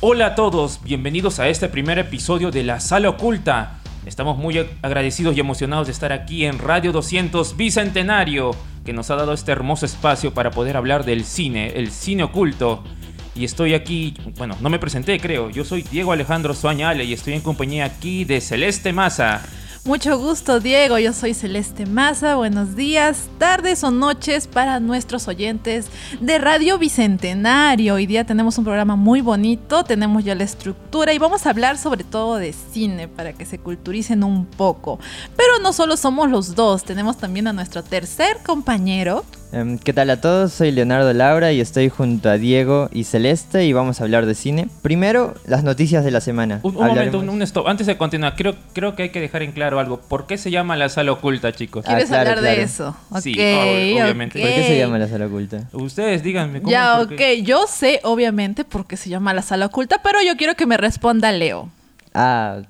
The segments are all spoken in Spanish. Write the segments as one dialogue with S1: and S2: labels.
S1: Hola a todos, bienvenidos a este primer episodio de La Sala Oculta. Estamos muy agradecidos y emocionados de estar aquí en Radio 200 Bicentenario, que nos ha dado este hermoso espacio para poder hablar del cine, el cine oculto. Y estoy aquí, bueno, no me presenté creo, yo soy Diego Alejandro Soañale y estoy en compañía aquí de Celeste Maza.
S2: Mucho gusto, Diego. Yo soy Celeste Maza. Buenos días, tardes o noches para nuestros oyentes de Radio Bicentenario. Hoy día tenemos un programa muy bonito, tenemos ya la estructura y vamos a hablar sobre todo de cine para que se culturicen un poco. Pero no solo somos los dos, tenemos también a nuestro tercer compañero.
S3: Em, ¿Qué tal a todos? Soy Leonardo Laura y estoy junto a Diego y Celeste y vamos a hablar de cine. Primero, las noticias de la semana.
S1: Un, un momento,
S3: Hablaremos-
S1: un, un stop. Antes de continuar, creo, creo que hay que dejar en claro algo. ¿Por qué se llama La Sala Oculta, chicos? Ah,
S3: Ah,
S2: ¿Quieres
S3: claro,
S2: hablar de
S3: claro.
S2: eso?
S1: Sí,
S2: Ok,
S1: ob- obviamente.
S3: ¿Por qué se
S2: ok.
S3: llama la sala oculta?
S1: Ustedes díganme cómo
S2: Ya,
S1: por
S2: ok,
S1: qué?
S2: yo sé obviamente por qué se llama la sala oculta, pero yo quiero que me responda Leo.
S3: Ah,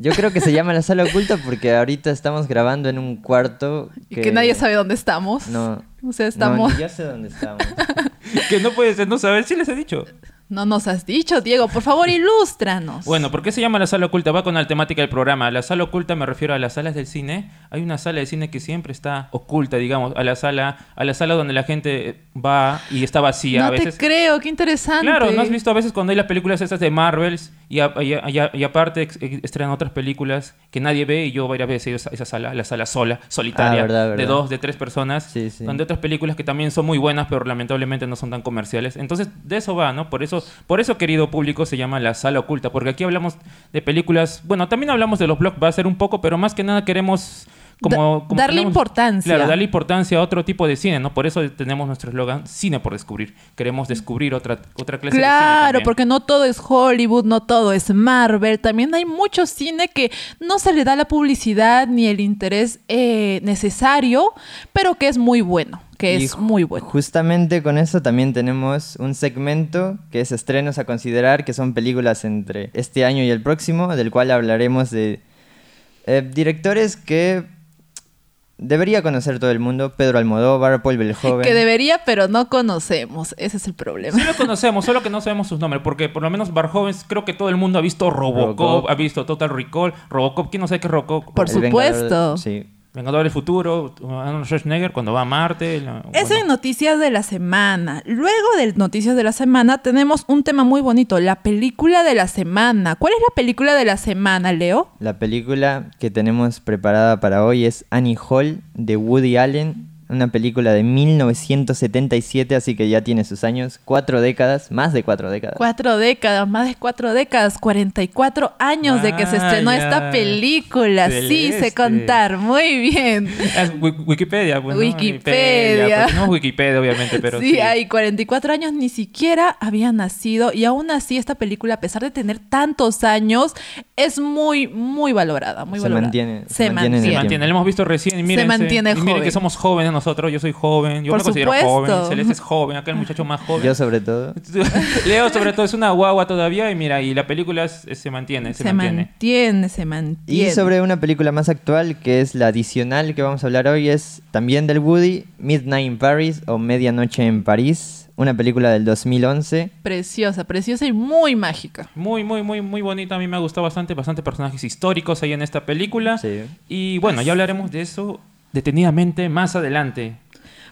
S3: yo creo que se llama la sala oculta porque ahorita estamos grabando en un cuarto
S2: Y que nadie sabe dónde estamos.
S3: No.
S2: O sea,
S3: No,
S2: estamos...
S3: ni yo sé dónde estamos.
S1: Que no puede ser no saber si les he dicho.
S2: No nos has dicho, Diego, por favor, ilústranos.
S1: Bueno, ¿por qué se llama la sala oculta? Va con la temática del programa. La sala oculta me refiero a las salas del cine. Hay una sala de cine que siempre está oculta, digamos, a la sala, a la sala donde la gente eh, va y está vacía
S2: no
S1: a veces.
S2: te creo, qué interesante.
S1: Claro, ¿no has visto a veces cuando hay las películas estas de Marvels y, a- y a- y a- y aparte ex- ex- estrenan otras películas que nadie ve y yo varias veces he ido a esa- esa sala, la sala sola, solitaria,
S3: Ah, verdad,
S1: de
S3: verdad.
S1: dos, de tres personas,
S3: Sí, sí.
S1: donde otras películas que también son muy buenas pero lamentablemente no son tan comerciales. Entonces de eso va, ¿no? Por eso, por eso querido público se llama la sala oculta, porque aquí hablamos de películas, bueno, también hablamos de los blockbusters un poco, pero más que nada queremos como,
S2: Da-
S1: como
S2: darle importancia.
S1: Claro, darle importancia a otro tipo de cine, ¿no? Por eso tenemos nuestro eslogan Cine por descubrir. Queremos descubrir otra, otra clase
S2: Claro,
S1: de cine. también.
S2: porque no todo es Hollywood, no todo es Marvel. También hay mucho cine que no se le da la publicidad ni el interés eh, necesario, pero que es muy bueno, que
S3: Y
S2: es muy bueno.
S3: Justamente con eso también tenemos un segmento que es estrenos a considerar, que son películas entre este año y el próximo, del cual hablaremos de eh, directores que debería conocer todo el mundo, Pedro Almodóvar, Paul Beljoven.
S2: Que debería, pero no conocemos. Ese es el problema.
S1: Sí lo conocemos, solo que no sabemos sus nombres, porque por lo menos Barjovens creo que todo el mundo ha visto Robocop,
S3: Robocop.
S1: ha visto Total Recall, Robocop, ¿quién no sabe qué es Robocop?
S2: Por
S3: El
S2: supuesto.
S3: Vengador- sí.
S1: Vengador del Futuro, Arnold Schwarzenegger cuando va a Marte. la-
S2: Eso
S1: bueno.
S2: en Noticias de la Semana. Luego de Noticias de la Semana tenemos un tema muy bonito, la película de la semana. ¿Cuál es la película de la semana, Leo?
S3: La película que tenemos preparada para hoy es Annie Hall de Woody Allen, una película de 1977, así que ya tiene sus años, cuatro décadas, más de cuatro décadas.
S2: Cuatro décadas, más de cuatro décadas, 44 años de que se estrenó esta
S1: Vaya.
S2: película. Sí,
S1: Celeste.
S2: sé contar, muy bien.
S1: Es Wi- Wikipedia, bueno,
S2: Wikipedia.
S1: pues, no es Wikipedia, obviamente, pero
S2: sí, hay 44 años, ni siquiera había nacido y aún así esta película, a pesar de tener tantos años, es muy, muy valorada, muy
S3: Se
S2: valorada.
S3: mantiene-
S2: se,
S3: se mantiene en
S1: Se
S3: el
S2: mantiene.
S3: tiempo.
S1: mantiene, lo hemos visto recién. Y mírense,
S2: mantiene
S1: y miren que
S2: joven.
S1: somos jóvenes nosotros. Yo soy joven. Yo
S2: Por
S1: me considero
S2: supuesto.
S1: joven. Celeste es joven. Acá el muchacho más joven.
S3: Yo sobre todo.
S1: Leo, sobre todo, es una guagua todavía. Y mira, y la película es- es- se mantiene. Se,
S2: Se
S1: mantiene.
S2: mantiene, se mantiene.
S3: Y sobre una película más actual, que es la adicional que vamos a hablar hoy, es también del Woody, Midnight in Paris o Medianoche en París, una película del 2011.
S2: Preciosa, preciosa y muy mágica.
S1: Muy, muy, muy, muy bonita. A mí me ha gustado bastante. Bastante personajes históricos ahí en esta película.
S3: Sí.
S1: Y bueno, ya hablaremos de eso detenidamente más adelante.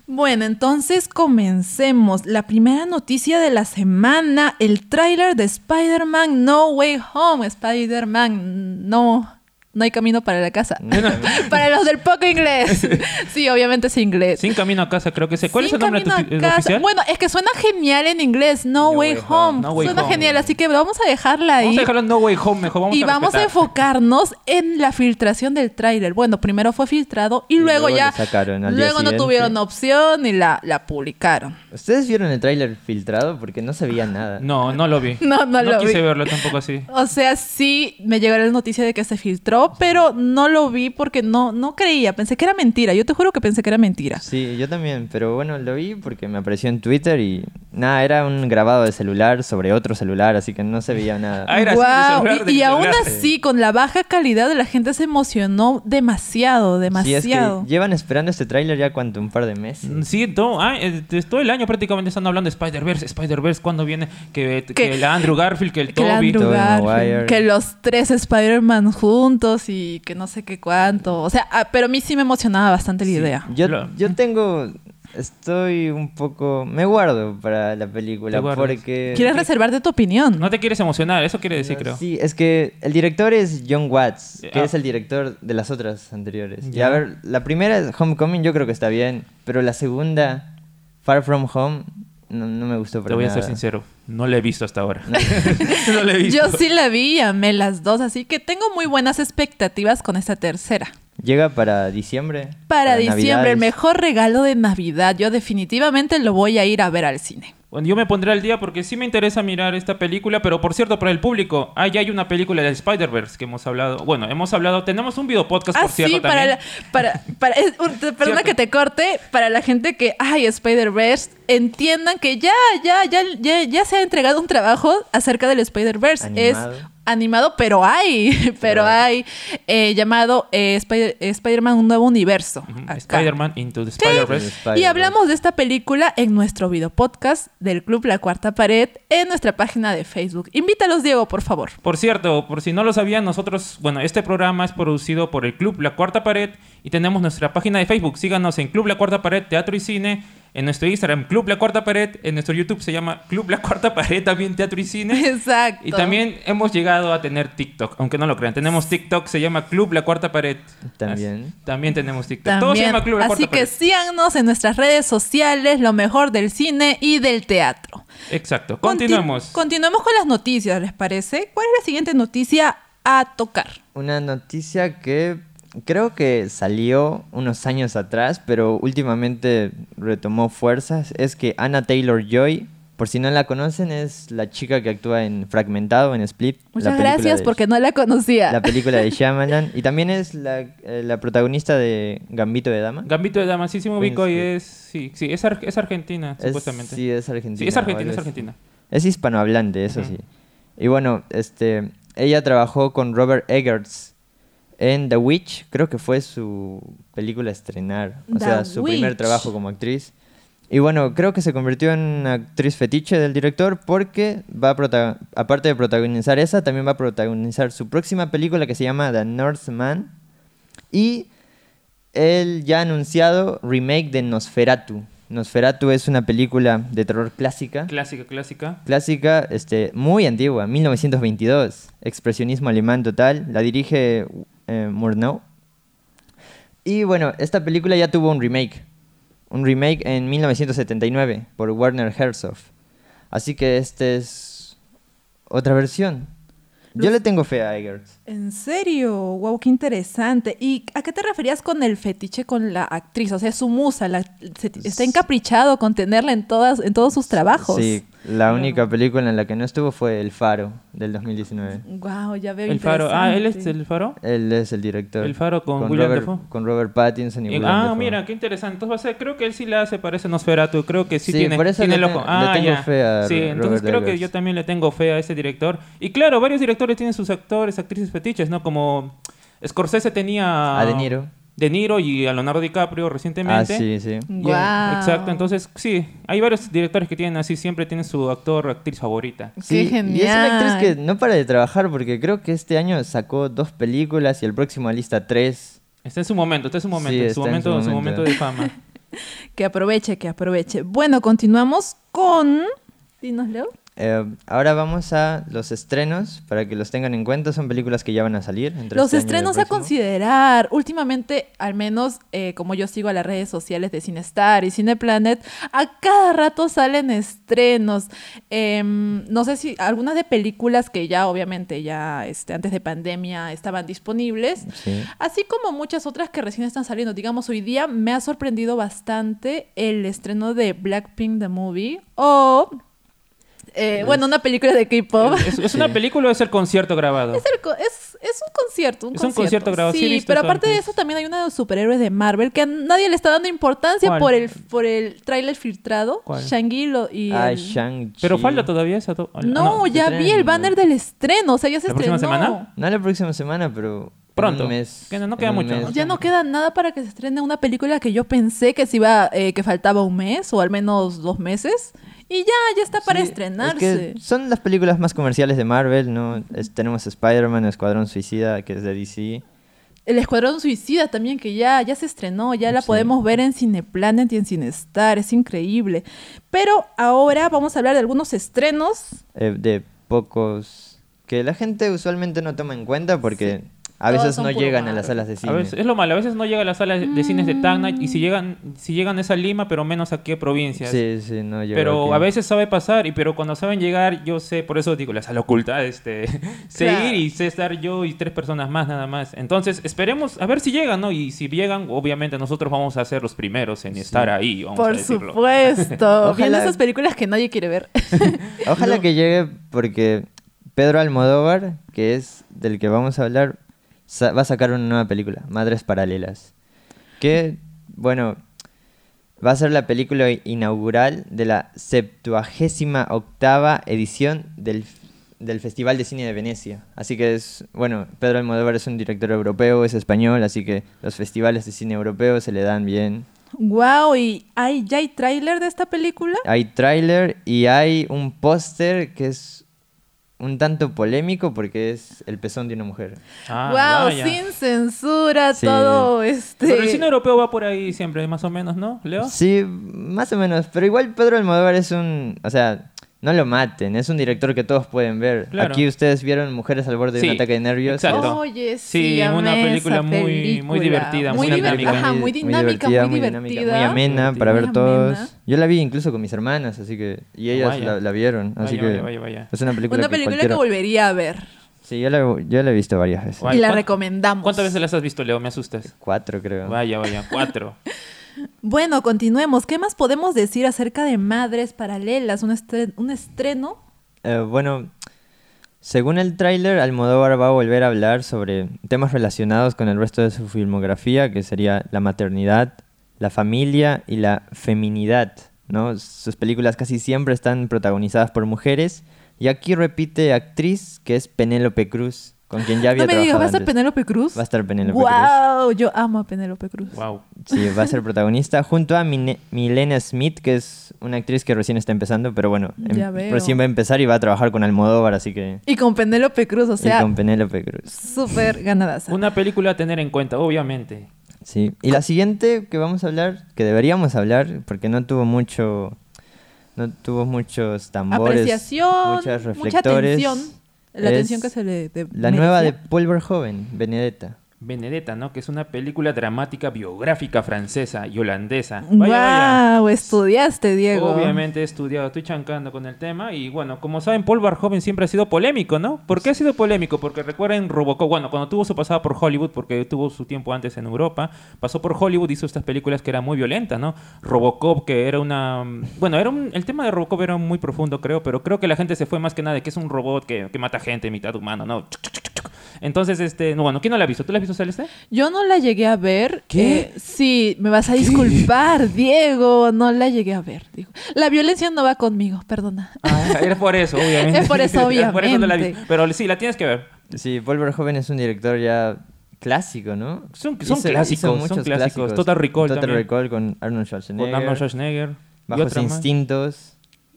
S2: Bueno, entonces comencemos. La primera noticia de la semana, el tráiler de Spider-Man No Way Home. Spider-Man No no hay camino para la casa.
S3: No, no,
S2: para los del poco inglés. sí, obviamente es inglés.
S1: Sin camino a casa, creo que sé. ¿Cuál
S2: Sin
S1: es el nombre
S2: camino
S1: tu-
S2: a
S1: el
S2: casa.
S1: oficial?
S2: Bueno, es que suena genial en inglés. No, way, home.
S1: No Way
S2: suena
S1: Home.
S2: genial, así que vamos a dejarla ahí.
S1: Vamos a dejarlo en No Way Home mejor. Vamos
S2: y
S1: a
S2: vamos a
S1: respetar.
S2: enfocarnos en la filtración del tráiler. Bueno, primero fue filtrado y,
S3: Y
S2: luego,
S3: luego lo
S2: ya.
S3: sacaron al día
S2: luego no
S3: siguiente.
S2: tuvieron opción y la, la publicaron.
S3: ¿Ustedes vieron el tráiler filtrado? Porque no sabía nada.
S1: Ah, No, no lo vi.
S2: No, no lo
S1: quise
S2: vi.
S1: verlo tampoco así.
S2: O sea, sí me llegó la noticia de que se filtró, pero no lo vi porque no, no creía. Pensé que era mentira. Yo te juro que pensé que era mentira.
S3: Sí, yo también, pero bueno, lo vi porque me apareció en Twitter y nada, era un grabado de celular sobre otro celular, así que no se veía nada.
S1: Ah, era así, de
S2: Guau,
S1: celular,
S2: y,
S1: de
S2: y aún
S1: celular.
S2: así, con la baja calidad, la gente se emocionó demasiado,
S3: Sí, es que
S2: demasiado.
S3: llevan esperando este tráiler ya cuánto, un par de meses.
S1: Sí, todo, ah, eh, de- todo el año prácticamente están hablando de Spider-Verse, Spider-Verse, ¿cuándo viene? Que, que,
S2: Que-
S1: la Andrew Garfield, que el
S2: que, el
S1: Toby.
S2: Andrew
S3: Tobey
S2: Garfield,
S3: Maguire.
S2: que los tres Spider-Man juntos y que no sé qué cuánto. O sea, ah, pero a mí sí me emocionaba bastante la idea.
S3: Yo,
S1: Lo-
S3: yo tengo, estoy un poco, me guardo para la
S1: Te
S3: película
S1: guardas.
S3: porque...
S2: ¿Quieres reservarte tu opinión?
S1: No te quieres emocionar, eso quiere decir, creo.
S3: Sí, es que el director es John Watts, que
S1: Ah.
S3: es el director de las otras anteriores. Y
S1: Ya.
S3: a ver, la primera es Homecoming, yo creo que está bien, pero la segunda, Far From Home, no, no me gustó para
S1: Te voy a
S3: nada.
S1: ser sincero, no lo he visto hasta ahora. no lo he visto.
S2: Yo sí la vi y amé las dos, así que tengo muy buenas expectativas con esta tercera.
S3: Llega para diciembre.
S2: Para, diciembre, el
S3: Navidades.
S2: mejor regalo de Navidad. Yo definitivamente lo voy a ir a ver al cine.
S1: Bueno, yo me pondré al día porque sí me interesa mirar esta película, pero por cierto, para el público, ah, ya hay una película del Spider-Verse que hemos hablado. Bueno, hemos hablado, tenemos un video podcast,
S2: Ah,
S1: por cierto,
S2: sí, para,
S1: también.
S2: la- para, para- es- un- te- perdona
S1: Cierto.
S2: que te corte, para la gente que, ay, Spider-Verse, entiendan que ya, ya, ya, ya, ya se ha entregado un trabajo acerca del Spider-Verse. Es
S3: Animado.
S2: animado, pero hay, pero
S3: Pero
S2: hay, eh, llamado eh, Spider- Spider-Man Un Nuevo Universo.
S1: Ujú,
S2: acá.
S1: Spider-Man Into the
S2: Sí.
S1: Spider-Verse.
S3: Spider-Man.
S2: Y hablamos de esta película en nuestro video podcast del Club La Cuarta Pared en nuestra página de Facebook. Invítalos, Diego, por favor.
S1: Por cierto, por si no lo sabían, nosotros, bueno, este programa es producido por el Club La Cuarta Pared y tenemos nuestra página de Facebook. Síganos en Club La Cuarta Pared Teatro y Cine, en nuestro Instagram Club La Cuarta Pared, en nuestro YouTube se llama Club La Cuarta Pared también Teatro y Cine.
S2: Exacto.
S1: Y también hemos llegado a tener TikTok, aunque no lo crean. Tenemos TikTok, se llama Club La Cuarta Pared.
S3: También.
S1: Así- también tenemos TikTok. Todo se
S2: También.
S1: llama Club La
S2: Así
S1: Cuarta
S2: que
S1: Pared.
S2: síganos en nuestras redes sociales, lo mejor del cine y del teatro.
S1: Exacto.
S2: Conti-
S1: Continuamos.
S2: continuamos con las noticias, ¿les parece? ¿Cuál es la siguiente noticia a tocar?
S3: Una noticia que creo que salió unos años atrás, pero últimamente retomó fuerzas, es que Anna Taylor-Joy, por si no la conocen, es la chica que actúa en Fragmentado, en Split. la
S2: Muchas
S3: película
S2: gracias
S3: de-
S2: porque no la conocía.
S3: La película de Shyamalan. Y también es la, eh, la protagonista de Gambito de Dama.
S1: Gambito de Dama, sí, sí me ubico y
S3: Príncipe.
S1: es... Sí, sí, es, ar- es argentina,
S3: Es-
S1: supuestamente.
S3: Sí, es argentina.
S1: Sí, es
S3: o
S1: argentina,
S3: algo
S1: es
S3: así.
S1: argentina.
S3: Es hispanohablante, eso
S1: Ujú.
S3: sí. Y bueno, este, ella trabajó con Robert Eggers en The Witch, creo que fue su película a estrenar, o
S2: The
S3: sea, su primer
S2: Witch.
S3: trabajo como actriz. Y bueno, creo que se convirtió en una actriz fetiche del director porque va a prota- aparte de protagonizar esa, también va a protagonizar su próxima película que se llama The Northman y el ya anunciado remake de Nosferatu. Nosferatu es una película de terror clásica
S1: Clásica, clásica.
S3: clásica, este, muy antigua, 1922, expresionismo alemán total, la dirige eh, Murnau. Y bueno, esta película ya tuvo un remake, un remake en 1979 por Werner Herzog. Así que esta es otra versión. Yo le tengo fe a Eggers.
S2: En serio, wow, qué interesante. ¿Y a qué te referías con el fetiche con la actriz? O sea, es su musa, la- se- está encaprichado con tenerla en todas, en todos sus trabajos.
S3: Sí, la única película en la que no estuvo fue El Faro del 2019.
S2: Wow, ya veo.
S1: El faro. Ah, él es
S2: interesante.
S1: el faro.
S3: Él es el director.
S1: El Faro con Willem
S3: Robert,
S1: Dafoe.
S3: Con Robert Pattinson y
S1: Eh,
S3: Willem
S1: ah,
S3: Dafoe.
S1: mira, qué interesante. Entonces, va a ser- creo que él sí la hace para ese Nosferatu. Creo que sí,
S3: Sí,
S1: tiene,
S3: por eso
S1: tiene
S3: le
S1: el
S3: tengo-
S1: ojo.
S3: le
S1: Ah,
S3: tengo
S1: ya.
S3: fe a
S1: sí,
S3: Robert
S1: entonces creo que
S3: Eggers.
S1: yo también le tengo fe a ese director. Y claro, varios directores tienen sus actores, actrices fetiches, ¿no? Como Scorsese tenía...
S3: A De Niro.
S1: De Niro y a Leonardo DiCaprio
S3: Ah,
S1: recientemente.
S3: sí, sí.
S1: Y, eh,
S2: Guau.
S1: Exacto, entonces sí, hay varios directores que tienen así, siempre tienen su actor o actriz favorita.
S2: Qué
S3: Y es una
S2: genial.
S3: actriz que no para de trabajar porque creo que este año sacó dos películas y el próximo lista tres.
S1: Está en su momento, está en su momento,
S3: Sí,
S1: en su
S3: está en
S1: momento,
S3: su
S1: en su momento
S3: momento.
S1: de fama.
S2: Que aproveche, que aproveche. Bueno, continuamos con. Dinos, Leo.
S3: Eh, ahora vamos a los estrenos, para que los tengan en cuenta. Son películas que ya van a salir. entre
S2: Los
S3: este año y el
S2: estrenos a
S3: próximo.
S2: considerar. Últimamente, al menos eh, como yo sigo a las redes sociales de Cinestar y Cineplanet, a cada rato salen estrenos. Em, no sé si algunas de películas que ya obviamente ya este, antes de pandemia estaban disponibles,
S3: Sí.
S2: así como muchas otras que recién están saliendo. Digamos, hoy día me ha sorprendido bastante el estreno de Blackpink The Movie o... eh, bueno, una película de K-pop.
S1: ¿Es, es una película o es el concierto grabado?
S2: Es, el co- es- es un concierto, un
S1: Es un
S2: concierto.
S1: concierto grabado, sí, he
S2: Sí,
S1: visto
S2: pero
S1: eso
S2: aparte de
S1: antes.
S2: eso también hay una de los superhéroes de Marvel que a nadie le está dando importancia
S1: ¿Cuál?
S2: por el por el tráiler filtrado,
S1: ¿Cuál?
S2: Shang-Chi lo- y
S3: Ah,
S2: el-
S3: Shang-Chi.
S1: Pero falta todavía esa. to-
S2: No,
S3: se
S2: ya vi
S3: estrena.
S2: el banner del estreno, o sea, ya se
S1: ¿La próxima
S2: estrenó.
S1: semana?
S3: No la próxima semana, pero. en
S1: Pronto.
S3: un mes.
S1: Que no- no
S3: en
S1: queda
S3: un
S1: mucho.
S3: mes.
S2: Ya no queda nada para que se estrene una película que yo pensé que se iba eh, que faltaba un mes o al menos dos meses y ya ya está para
S3: Sí,
S2: estrenarse.
S3: es que son las películas más comerciales de Marvel, ¿no? Es- tenemos Spider-Man, Escuadrón Suicida, que es de DC.
S2: El Escuadrón Suicida también, que ya, ya se estrenó, ya la
S3: Sí.
S2: podemos ver en Cineplanet y en Cinestar, es increíble. Pero ahora vamos a hablar de algunos estrenos.
S3: eh, de pocos que la gente usualmente no toma en cuenta porque a
S2: Todos
S3: veces
S2: son
S3: no
S2: puro
S3: llegan a
S2: Marvel.
S3: las salas de
S1: A
S3: cine.
S1: veces, es lo malo, a veces no llega a las salas de- de cines de Tacna
S2: Mm.
S1: y si llegan, si llegan es a Lima, pero menos aquí a provincias.
S3: sí, sí, no llega
S1: Pero
S3: aquí.
S1: a veces sabe pasar, y pero cuando saben llegar, yo sé, por eso digo, la sala oculta, este, sé
S2: Claro.
S1: ir y sé estar yo y tres personas más nada más. Entonces, esperemos a ver si llegan, ¿no? Y si llegan, obviamente nosotros vamos a ser los primeros en estar ahí, vamos a
S2: Por
S1: decirlo.
S2: supuesto. Viendo
S3: Ojalá.
S2: esas películas que nadie quiere ver.
S3: Ojalá que llegue porque Pedro Almodóvar, que es del que vamos a hablar, sa- va a sacar una nueva película, Madres Paralelas. Que, bueno, va a ser la película inaugural de la 78 octava edición del, del Festival de Cine de Venecia. Así que es, bueno, Pedro Almodóvar es un director europeo, es español, así que los festivales de cine europeo se le dan bien.
S2: wow, y hay, ya hay tráiler de esta película.
S3: Hay tráiler y hay un póster que es un tanto polémico porque es el pezón de una mujer.
S1: Ah,
S2: wow,
S1: vaya.
S2: sin censura,
S3: Sí.
S2: todo este.
S1: Pero el cine europeo va por ahí siempre, más o menos, ¿no, Leo?
S3: Sí, más o menos, pero igual Pedro Almodóvar es un, o sea, no lo maten, es un director que todos pueden ver.
S1: Claro.
S3: Aquí ustedes vieron Mujeres al borde de
S1: Sí,
S3: un ataque de nervios.
S1: exacto.
S2: Oye, sí,
S1: Sí, una
S2: amé
S1: película
S2: esa
S1: muy- muy
S3: Oh,
S1: divertida,
S2: muy,
S1: muy
S2: diver-
S1: dinámica.
S2: ajá, muy dinámica, muy divertida.
S3: muy muy amena
S1: Muy
S3: para ver
S2: amena.
S3: todos. Yo la vi incluso con mis hermanas, así que y ellas
S1: Vaya.
S3: la, la vieron, así
S1: Vaya,
S3: que
S1: vaya, vaya, vaya.
S3: es una película
S2: una
S3: que
S2: película que
S3: cualquiera-
S2: volvería a ver.
S3: Sí, yo la, yo la he visto varias veces.
S1: Guay.
S2: y la
S1: ¿cuán-
S2: recomendamos.
S1: ¿Cuántas veces las has visto, Leo? Me asustas.
S3: Cuatro creo.
S1: Vaya, vaya, cuatro.
S2: Bueno, continuemos. ¿Qué más podemos decir acerca de Madres Paralelas? Un, estre- un estreno.
S3: Eh, bueno, según el tráiler, Almodóvar va a volver a hablar sobre temas relacionados con el resto de su filmografía, que sería la maternidad, la familia y la feminidad, ¿no? Sus películas casi siempre están protagonizadas por mujeres, y aquí repite actriz, que es Penélope Cruz, con quien ya había
S2: No me digas,
S3: trabajado
S2: ¿va a ser
S3: antes.
S2: Penélope Cruz?
S3: Va a estar Penélope Cruz.
S2: ¡Wow! Yo amo a Penélope Cruz.
S1: Wow.
S3: Sí, va a ser protagonista junto a Mine- Milena Smith, que es una actriz que recién está empezando, pero bueno, em-
S2: Ya veo.
S3: recién va a empezar y va a trabajar con Almodóvar, así que...
S2: Y con Penélope Cruz, o
S3: y
S2: sea,
S3: con Penélope Cruz.
S2: súper ganadaza.
S1: Una película a tener en cuenta, obviamente.
S3: Sí. Y la siguiente que vamos a hablar, que deberíamos hablar, porque no tuvo mucho, no tuvo muchos tambores,
S2: Apreciación,
S3: muchos
S2: mucha
S3: reflectores.
S2: atención. La
S3: es
S2: atención que se le de-
S3: La nueva de
S2: merecía.
S3: Paul Verhoeven, Benedetta.
S1: Benedetta, ¿no? Que es una película dramática biográfica francesa y holandesa.
S2: ¡Wow!
S1: Vaya, vaya.
S2: Estudiaste, Diego.
S1: Obviamente he estudiado, estoy chancando con el tema y bueno, como saben, Paul Verhoeven siempre ha sido polémico, ¿no? ¿Por qué ha sido polémico? Porque recuerden Robocop, bueno, cuando tuvo su pasada por Hollywood, porque tuvo su tiempo antes en Europa, pasó por Hollywood, hizo estas películas que eran muy violentas, ¿no? Robocop, que era una... Bueno, era un... el tema de Robocop era muy profundo, creo, pero creo que la gente se fue más que nada de que es un robot que, que mata gente, mitad humano, ¿no? Entonces, este, no, bueno, ¿quién no la ha visto? ¿Tú la has visto, Celeste?
S2: Yo no la llegué a ver.
S1: ¿Qué?
S2: Eh, sí, me vas a disculpar, Diego. No la llegué a ver. Diego. La violencia no va conmigo, perdona.
S1: Ah, era por eso, obviamente.
S2: Es por eso,
S1: Era por eso no la vi.
S2: obviamente.
S1: Pero sí, la tienes que ver.
S3: Sí, Paul Verhoeven es un director ya clásico, ¿no?
S1: Son- son clásicos, son clásicos. Total Recall
S3: Total
S1: también.
S3: Recall con Arnold Schwarzenegger.
S1: Con Arnold Schwarzenegger. y
S3: Bajos
S1: otra más.
S3: instintos.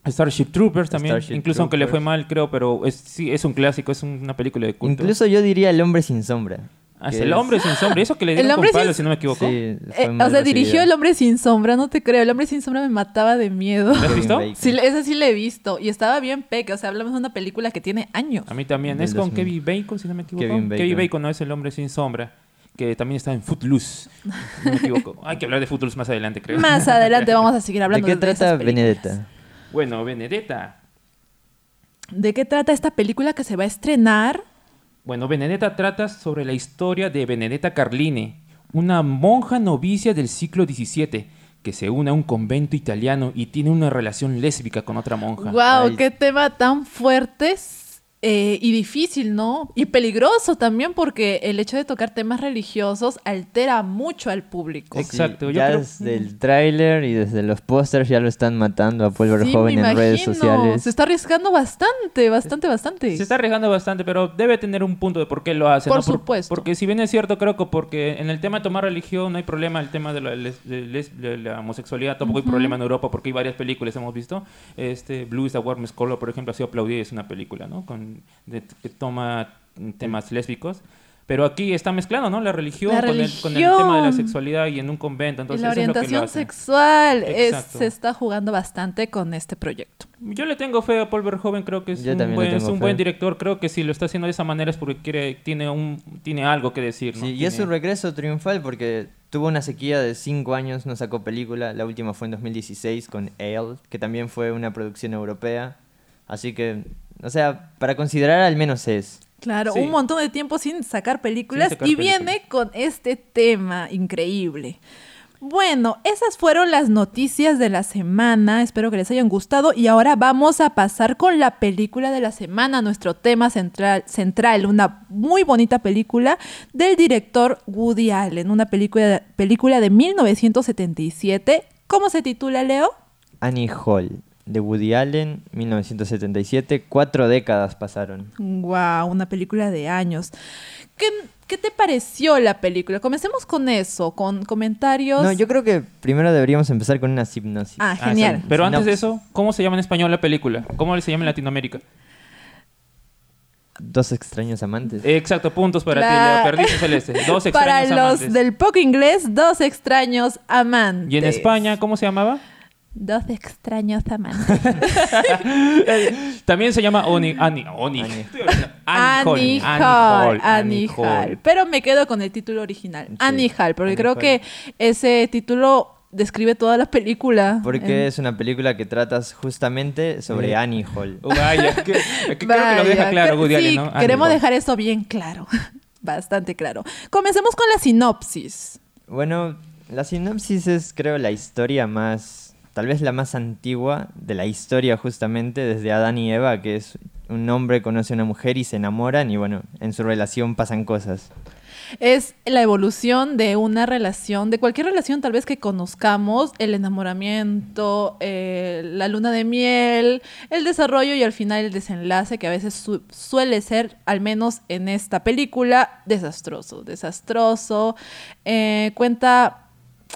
S1: Starship Troopers también.
S3: Starship
S1: Incluso aunque le fue
S3: Troopers.
S1: mal, creo, pero es, sí, es un clásico, es una película de culto.
S3: Incluso yo diría El hombre sin sombra.
S1: Ah, es
S3: que
S1: el
S3: es-
S1: hombre sin sombra. Eso que le
S2: El
S1: dieron
S2: hombre
S1: con palo,
S2: sin-
S1: si no me equivoco.
S3: Sí, fue
S2: Eh,
S3: muy
S2: o sea, dirigió
S3: recibida.
S2: El hombre sin sombra, no te creo. El hombre sin sombra me mataba de miedo.
S1: ¿Lo has
S3: Kevin
S1: visto?
S3: Bacon.
S2: Sí, esa sí la he visto. Y estaba bien peca. O sea, hablamos de una película que tiene años.
S3: Ah,
S1: A mí también.
S3: Del
S1: Es con
S3: 2000.
S1: Kevin Bacon, si no me equivoco.
S3: Kevin
S1: Kevin
S3: Bacon.
S1: Bacon. no es el hombre sin sombra, que también está en Footloose. si No me equivoco. Hay que hablar de Footloose más adelante, creo.
S2: Más adelante vamos a seguir
S3: ¿De
S2: hablando
S3: qué
S2: esas
S3: trata
S2: películas.
S3: Benedetta?
S1: Bueno, Benedetta.
S2: ¿De qué trata esta película que se va a estrenar?
S1: Bueno, Benedetta trata sobre la historia de Benedetta Carlini, una monja novicia del siglo XVII que se une a un convento italiano y tiene una relación lésbica con otra monja.
S2: Wow,
S3: Ay.
S2: qué tema tan fuerte eh, y difícil, ¿no? Y peligroso también porque el hecho de tocar temas religiosos altera mucho al
S3: Eh,
S2: público.
S1: Ex- Exacto,
S3: Sí,
S1: yo
S3: ya
S1: creo-
S3: desde el tráiler y desde los pósters ya lo están matando a Pulver Joven en redes sociales.
S2: Se está arriesgando bastante, bastante, bastante.
S1: Se está arriesgando bastante, pero debe tener un punto de por qué lo hace.
S2: Por
S1: ¿no?
S2: supuesto.
S1: porque si bien es cierto, creo que porque en el tema de tomar religión no hay problema, el tema de la, les- de les- de la homosexualidad tampoco hay problema en Europa porque hay varias películas, hemos visto. Este, Blue is the Warmest Color, por ejemplo, ha sido aplaudida, es una película, ¿no? Con, de- que toma temas lésbicos. Pero aquí está mezclando, ¿no? La religión,
S2: La
S1: con, El, con el tema de la
S2: religión.
S1: sexualidad y en un
S2: Y
S1: convento. Entonces,
S2: la
S1: eso es lo que lo
S2: orientación
S1: hace.
S2: sexual es-
S1: Exacto.
S2: se está jugando bastante con este proyecto.
S1: Yo le tengo fe a Paul Verhoeven, creo que es
S3: Yo
S1: un,
S3: también le
S1: buen, es
S3: tengo
S1: un
S3: fe.
S1: buen director. Creo que si lo está haciendo de esa manera es porque quiere, tiene, un, tiene algo que decir. ¿no?
S3: Sí, y
S1: Tiene-
S3: es su regreso triunfal porque tuvo una sequía de 5 años, no sacó película. La última fue en 2016 con Ale, que también fue una producción europea. Así que, o sea, para considerar al menos es.
S2: Claro,
S1: Sí.
S2: un montón de tiempo sin sacar películas
S1: Sin sacar
S2: y
S1: películas.
S2: viene con este tema increíble. Bueno, esas fueron las noticias de la semana. Espero que les hayan gustado y ahora vamos a pasar con la película de la semana, nuestro tema central, central una muy bonita película del director Woody Allen, una película, película de 1977. ¿Cómo se titula, Leo?
S3: Annie Hall, de Woody Allen, 1977. Cuatro décadas pasaron.
S2: Wow, una película de años. ¿Qué, qué te pareció la película? Comencemos con eso, con comentarios.
S3: No, yo creo que primero deberíamos empezar con una hipnosis.
S2: Ah,
S1: Ah,
S2: genial.
S1: sí. Pero antes de
S3: Sinopsis.
S1: eso, ¿cómo se llama en español la película? ¿Cómo se llama en Latinoamérica?
S3: Dos extraños amantes.
S1: Exacto, puntos para
S2: La-
S1: ti. La perdiste celeste. Dos extraños
S2: Para los
S1: amantes.
S2: del poco inglés, dos extraños amantes.
S1: ¿Y en España cómo se llamaba?
S2: Dos extraños amantes.
S1: También se llama Oni... Ani... Oni...
S3: Annie.
S1: Estoy hablando-
S2: Annie
S1: Annie Hall,
S2: Hall.
S1: Annie
S2: Annie Hall. Pero me quedo con el título original.
S3: Sí,
S2: Annie Hall, porque
S3: Annie
S2: creo
S3: Hall.
S2: que ese título describe toda la película.
S3: Porque es una película que tratas justamente sobre
S2: Eh.
S1: Sí.
S3: Annie Hall.
S1: Vaya, que- que creo que lo deja
S2: Vaya,
S1: claro
S2: cre-
S1: Woody Allen,
S2: sí,
S1: ¿no? Annie
S2: queremos
S1: Hall.
S2: dejar eso bien claro. Bastante claro. Comencemos con la sinopsis.
S3: Bueno, la sinopsis es creo la historia más, tal vez la más antigua de la historia justamente desde Adán y Eva, que es un hombre conoce a una mujer y se enamoran y bueno, en su relación pasan cosas.
S2: es la evolución de una relación, de cualquier relación tal vez que conozcamos, el enamoramiento, eh, la luna de miel, el desarrollo y al final el desenlace que a veces su- suele ser, al menos en esta película, desastroso, desastroso. Eh, cuenta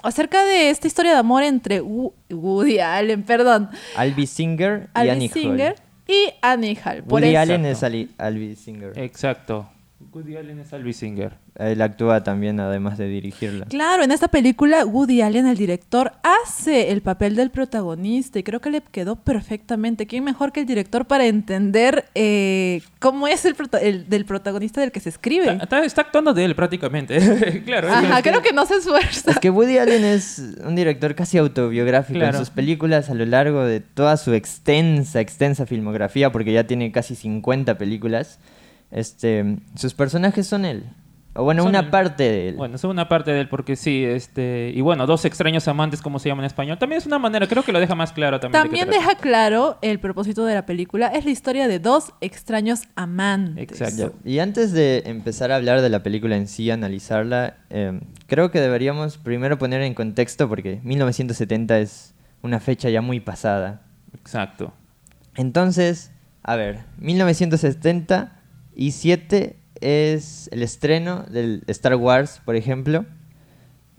S2: acerca de esta historia de amor entre Wo- Woody Allen, perdón,
S3: Albi Singer y
S2: Alvin
S3: Annie
S2: Singer
S3: Hall.
S2: y Annie Hall. Por
S3: Woody
S2: eso- Eh.
S3: Allen es
S1: Exacto.
S3: Ali- Albi Singer.
S1: Exacto. Woody Allen es Albi Singer.
S3: Él actúa también además de dirigirla.
S2: Claro, en esta película Woody Allen, el director, hace el papel del protagonista y creo que le quedó perfectamente. ¿Quién mejor que el director para entender eh, cómo es el, prota- el- del protagonista del que se escribe?
S1: Está, está- está actuando de él prácticamente. Ah, claro. es-
S2: Ajá,
S1: es-
S2: creo que no se esfuerza.
S3: Es que Woody Allen es un director casi autobiográfico
S1: Claro.
S3: en sus películas a lo largo de toda su extensa, extensa filmografía, porque ya tiene casi 50 películas. Este, sus personajes son él. O bueno,
S1: Son
S3: una
S1: él.
S3: parte de él.
S1: Bueno, es una parte de él porque sí, este... Y bueno, dos extraños amantes, como se llama en español. También es una manera, creo que lo deja más claro también. de qué
S2: También
S1: trata.
S2: deja claro el propósito de la película, es la historia de dos extraños amantes.
S1: Exacto.
S3: Ya. Y antes de empezar a hablar de la película en sí, analizarla, eh, creo que deberíamos primero poner en contexto, porque 1970 es una fecha ya muy pasada.
S1: Exacto.
S3: Entonces, a ver, 1977 es el estreno del Star Wars, por ejemplo.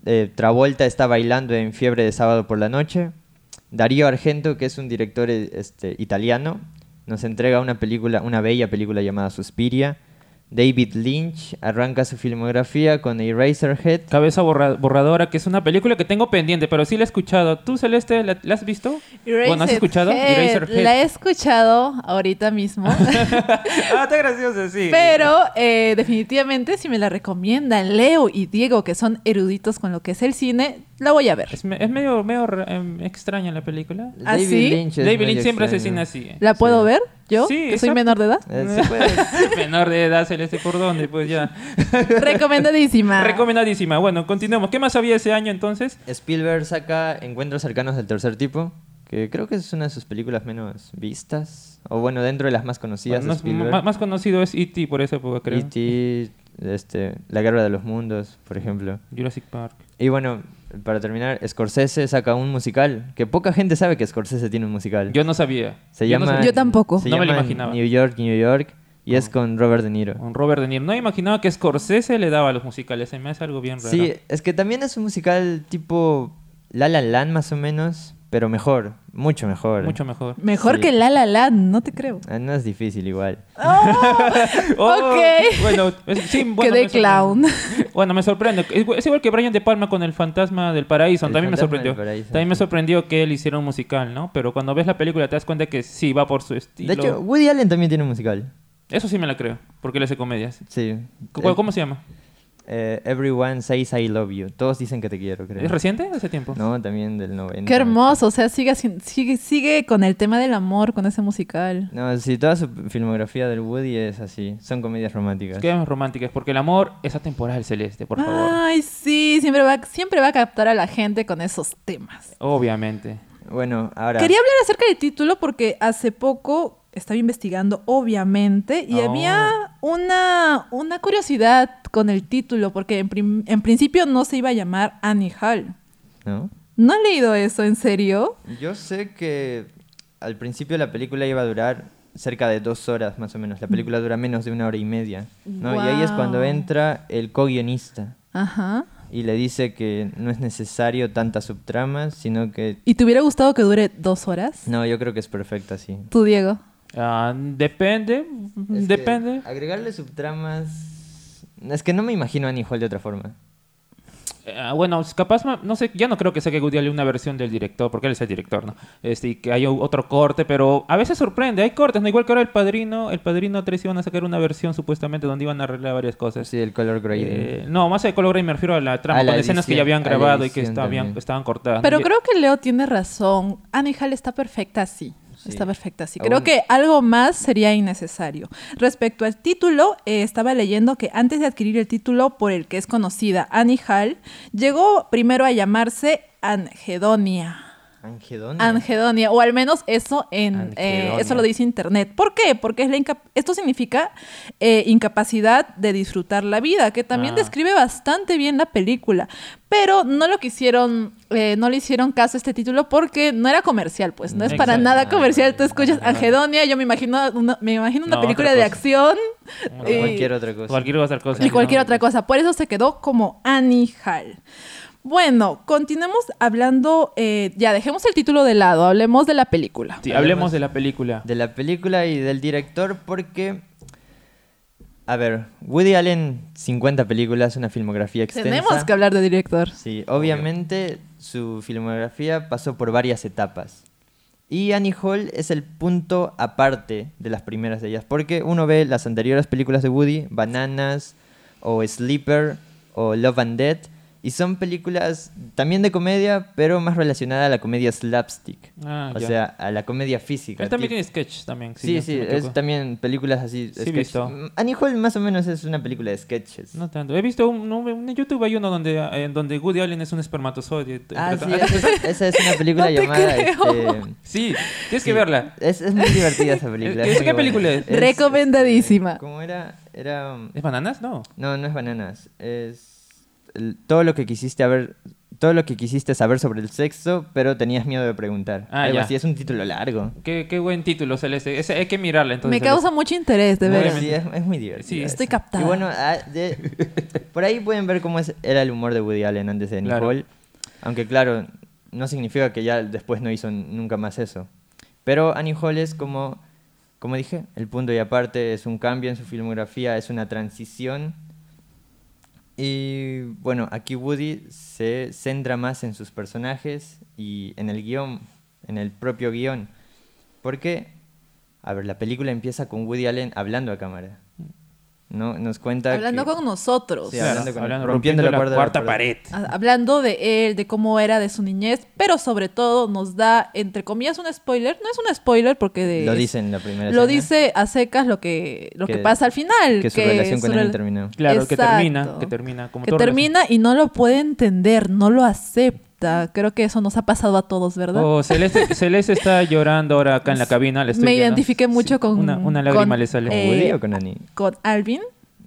S3: Eh, Travolta está bailando en Fiebre de Sábado por la Noche. Darío Argento, que es un director eh, este, italiano, nos entrega una película, una bella película llamada Suspiria. David Lynch arranca su filmografía con Eraserhead.
S1: Cabeza borra- borradora, que es una película que tengo pendiente, pero sí la he escuchado. ¿Tú, Celeste, la, la has visto? bueno, ¿has
S2: Eraserhead. eh,
S1: escuchado?
S2: La he escuchado ahorita mismo.
S1: ah, está gracioso, sí.
S2: Pero eh, definitivamente si me la recomiendan Leo y Diego, que son eruditos con lo que es el cine, la voy a ver.
S1: Es, me- es medio, medio em, extraña la película.
S2: ¿Ah, sí?
S1: David Lynch
S3: medio
S1: siempre hace cine
S3: extraño.
S1: así. ¿eh?
S2: ¿La puedo ver yo,
S1: Sí,
S2: que soy
S1: exacto.
S2: menor de edad?
S3: Eh, se puede-
S1: Menor de edad, Celeste Cordón, y pues ya.
S2: Recomendadísima.
S1: Recomendadísima. Bueno, continuemos. ¿Qué más había ese año entonces?
S3: Spielberg saca Encuentros cercanos del tercer tipo, que creo que es una de sus películas menos vistas, o bueno, dentro de las más conocidas
S1: Bueno,
S3: de
S1: más,
S3: Spielberg.
S1: más- más conocido es E.T. por esa época,
S3: E
S1: creo.
S3: E.T., este, La Guerra de los Mundos, por ejemplo.
S1: Jurassic Park.
S3: Y bueno, para terminar, Scorsese saca un musical, que poca gente sabe que Scorsese tiene un musical.
S1: Yo no sabía.
S3: se
S1: Yo no
S3: llama,
S1: sabía.
S2: Yo tampoco.
S3: Se
S1: No me lo
S3: llama
S1: imaginaba. Oh.
S3: New York, New York, y es con Robert De Niro.
S1: Con Robert De Niro. No imaginaba que Scorsese le daba a los musicales. Se me hace algo bien raro.
S3: Sí, es que también es un musical tipo La La Land más o menos, pero mejor, mucho mejor.
S1: Mucho mejor.
S2: Mejor
S3: Sí.
S2: que La La Land, no te creo.
S3: Ah, No es difícil igual.
S2: Ok.
S1: Oh, Bueno, es- sí, bueno,
S2: Quedé
S1: me sorprende.
S2: clown.
S1: Bueno, me sorprende. Es, igu- es igual que Brian De Palma con El Fantasma del Paraíso.
S3: El
S1: También me
S3: Fantasma del
S1: sorprendió.
S3: Paraíso.
S1: También me sorprendió que él hiciera un musical, ¿no? Pero cuando ves la película te das cuenta que sí, va por su estilo.
S3: De hecho, Woody Allen también tiene un musical.
S1: Eso sí me la creo, porque él hace comedias.
S3: Sí.
S1: ¿Cu-
S3: Eh,
S1: ¿Cómo se llama?
S3: eh, everyone says I love you. Todos dicen que te quiero, creo.
S1: ¿Es reciente? ¿Hace tiempo?
S3: No, también del 90.
S2: Qué hermoso, o sea, sigue, haci- sigue, sigue con el tema del amor, con ese musical.
S3: No, sí, toda su filmografía del Woody es así. Son comedias románticas.
S1: Que más románticas, porque el amor es atemporal, Celeste, por favor.
S2: Ay, sí, siempre va, siempre va a captar a la gente con esos temas.
S1: Obviamente.
S3: Bueno, ahora.
S2: Quería hablar acerca del título porque hace poco estaba investigando, obviamente, y
S1: Oh.
S2: había una, una curiosidad con el título, porque en, prim- en principio no se iba a llamar Annie Hall.
S3: ¿No?
S2: ¿No han leído eso en serio?
S3: Yo sé que al principio la película iba a durar cerca de dos horas más o menos. La película dura menos de una hora y media. ¿no? Y ahí es cuando
S2: Guau.
S3: entra el co-guionista
S2: Ajá.
S3: y le dice que no es necesario tantas subtramas, sino que...
S2: ¿Y te hubiera gustado que dure dos horas?
S3: No, yo creo que es perfecto así.
S2: Tú, Diego.
S1: Ah, depende,
S3: Es que
S1: depende.
S3: agregarle subtramas... Es que no me imagino a Annie Hall de otra forma.
S1: Ah, bueno, capaz, ma- no sé, yo no creo que saque Woody Allen una versión del director, porque él es el director, ¿no? Este, y que haya u- otro corte, pero a veces sorprende, hay cortes, ¿no? Igual que ahora El Padrino, El Padrino 3 iban a sacar una versión supuestamente donde iban a arreglar varias cosas.
S3: Sí, el color grading.
S1: Eh, no, más de color gray me refiero a la trama,
S3: A la
S1: con escenas que
S3: edición,
S1: ya habían
S3: a la
S1: grabado y que
S3: edición
S1: estaban,
S3: también.
S1: estaban cortadas. ¿no?
S2: Pero
S1: Y-
S2: creo que Leo tiene razón. Annie Hall está perfecta así. Está perfecta así.
S3: Ah,
S2: Creo
S3: bueno.
S2: que algo más sería innecesario. Respecto al título, eh, estaba leyendo que antes de adquirir el título por el que es conocida Annie Hall, llegó primero a llamarse Angedonia.
S3: Angedonia.
S2: Angedonia, o al menos eso en eh,
S3: Angedonia.
S2: eso lo dice internet. ¿Por qué? Porque es la inca- esto significa eh, incapacidad de disfrutar la vida, que también
S1: Ah.
S2: describe bastante bien la película. Pero no lo quisieron, eh, no le hicieron caso a este título porque no era comercial, pues. No es para
S1: Exacto.
S2: nada comercial. Tú escuchas Angedonia, yo me imagino una, me imagino una
S1: No,
S2: película
S1: otra
S2: de
S1: cosa.
S2: acción
S3: O
S2: y-
S3: cualquier otra cosa.
S1: Cualquier otra cosa.
S2: y cualquier
S1: ¿no?
S2: otra cosa. Por eso se quedó como Annie Hall. Bueno, continuemos hablando, eh, ya dejemos el título de lado, hablemos de la película.
S1: Sí, hablemos de la película.
S3: de la película y del director porque... A ver, Woody Allen, 50 películas, una filmografía extensa.
S2: Tenemos que hablar de director.
S3: Sí, obviamente su filmografía pasó por varias etapas. Y Annie Hall es el punto aparte de las primeras de ellas, porque uno ve las anteriores películas de Woody, Bananas o Sleeper o Love and Death, y son películas también de comedia, pero más relacionada a la comedia slapstick,
S1: Ah,
S3: o
S1: ya.
S3: sea, a la comedia física.
S1: Él también
S3: tip-
S1: tiene sketch también. si
S3: Sí, sí,
S1: no me
S3: es
S1: equivoco.
S3: también películas así.
S1: Sí,
S3: sketch.
S1: visto.
S3: Mm, Annie Hall más o menos es una película de sketches.
S1: No tanto. He visto un, un- en YouTube hay uno donde, eh, en donde Woody Allen es un espermatozoide.
S3: Ah, sí,
S1: Ah,
S3: esa es- esa es una película
S2: No te
S3: llamada...
S2: creo.
S3: este,
S1: sí, tienes
S3: Sí.
S1: que verla.
S3: Es, es muy divertida esa película.
S1: ¿Es-
S3: es
S1: es-
S3: muy
S1: qué
S3: buena.
S1: película es?
S3: este,
S2: Recomendadísima.
S3: ¿Cómo era? Era... um,
S1: ¿Es bananas? No.
S3: No, no es bananas. Es el- todo lo que quisiste haber... Todo lo que quisiste saber sobre el sexo, pero tenías miedo de preguntar.
S1: Ah,
S3: Algo
S1: ya.
S3: así, es un título largo.
S1: Qué, qué buen título, Celeste. Ese, hay que mirarla entonces.
S2: Me causa mucho interés, de
S1: Muy
S2: veras.
S3: Sí, es, es muy divertido.
S1: Sí,
S2: Estoy
S3: eso.
S2: captada.
S3: Y bueno, ah, de- por ahí pueden ver cómo es- era el humor de Woody Allen antes de
S1: Claro.
S3: Nicole. Aunque claro, no significa que ya después no hizo nunca más eso. Pero Annie Hall es como como dije, el punto y aparte es un cambio en su filmografía, es una transición. Y bueno, aquí Woody se centra más en sus personajes y en el guión, en el propio guión. Porque, a ver, la película empieza con Woody Allen hablando a cámara. No, nos cuenta
S2: Hablando
S3: que-
S2: con nosotros.
S3: Sí,
S1: Claro,
S3: hablando con-
S1: hablando-
S3: rompiendo la cuarta-
S1: pared.
S2: Ha- Hablando de él, de cómo era de su niñez, pero sobre todo nos da, entre comillas, un spoiler. No es un spoiler porque de-
S3: lo dice en la primera
S2: lo
S3: escena,
S2: dice a secas lo que, lo que,
S3: Que-
S2: pasa al final.
S3: que su relación con
S2: su
S3: él
S2: rel-
S3: terminó.
S1: Claro, que termina,
S2: Exacto.
S1: que termina como
S2: que
S1: todo
S2: termina y no lo puede entender, no lo acepta. Creo que eso nos ha pasado a todos, ¿verdad?
S1: Oh, Celeste, Celeste está llorando ahora acá en la cabina. le estoy
S2: Me
S1: viendo.
S2: identifiqué mucho con-
S1: Una, una lágrima
S2: con,
S1: le sale.
S2: eh,
S3: ¿Woody o con Annie?
S2: Con Alvin,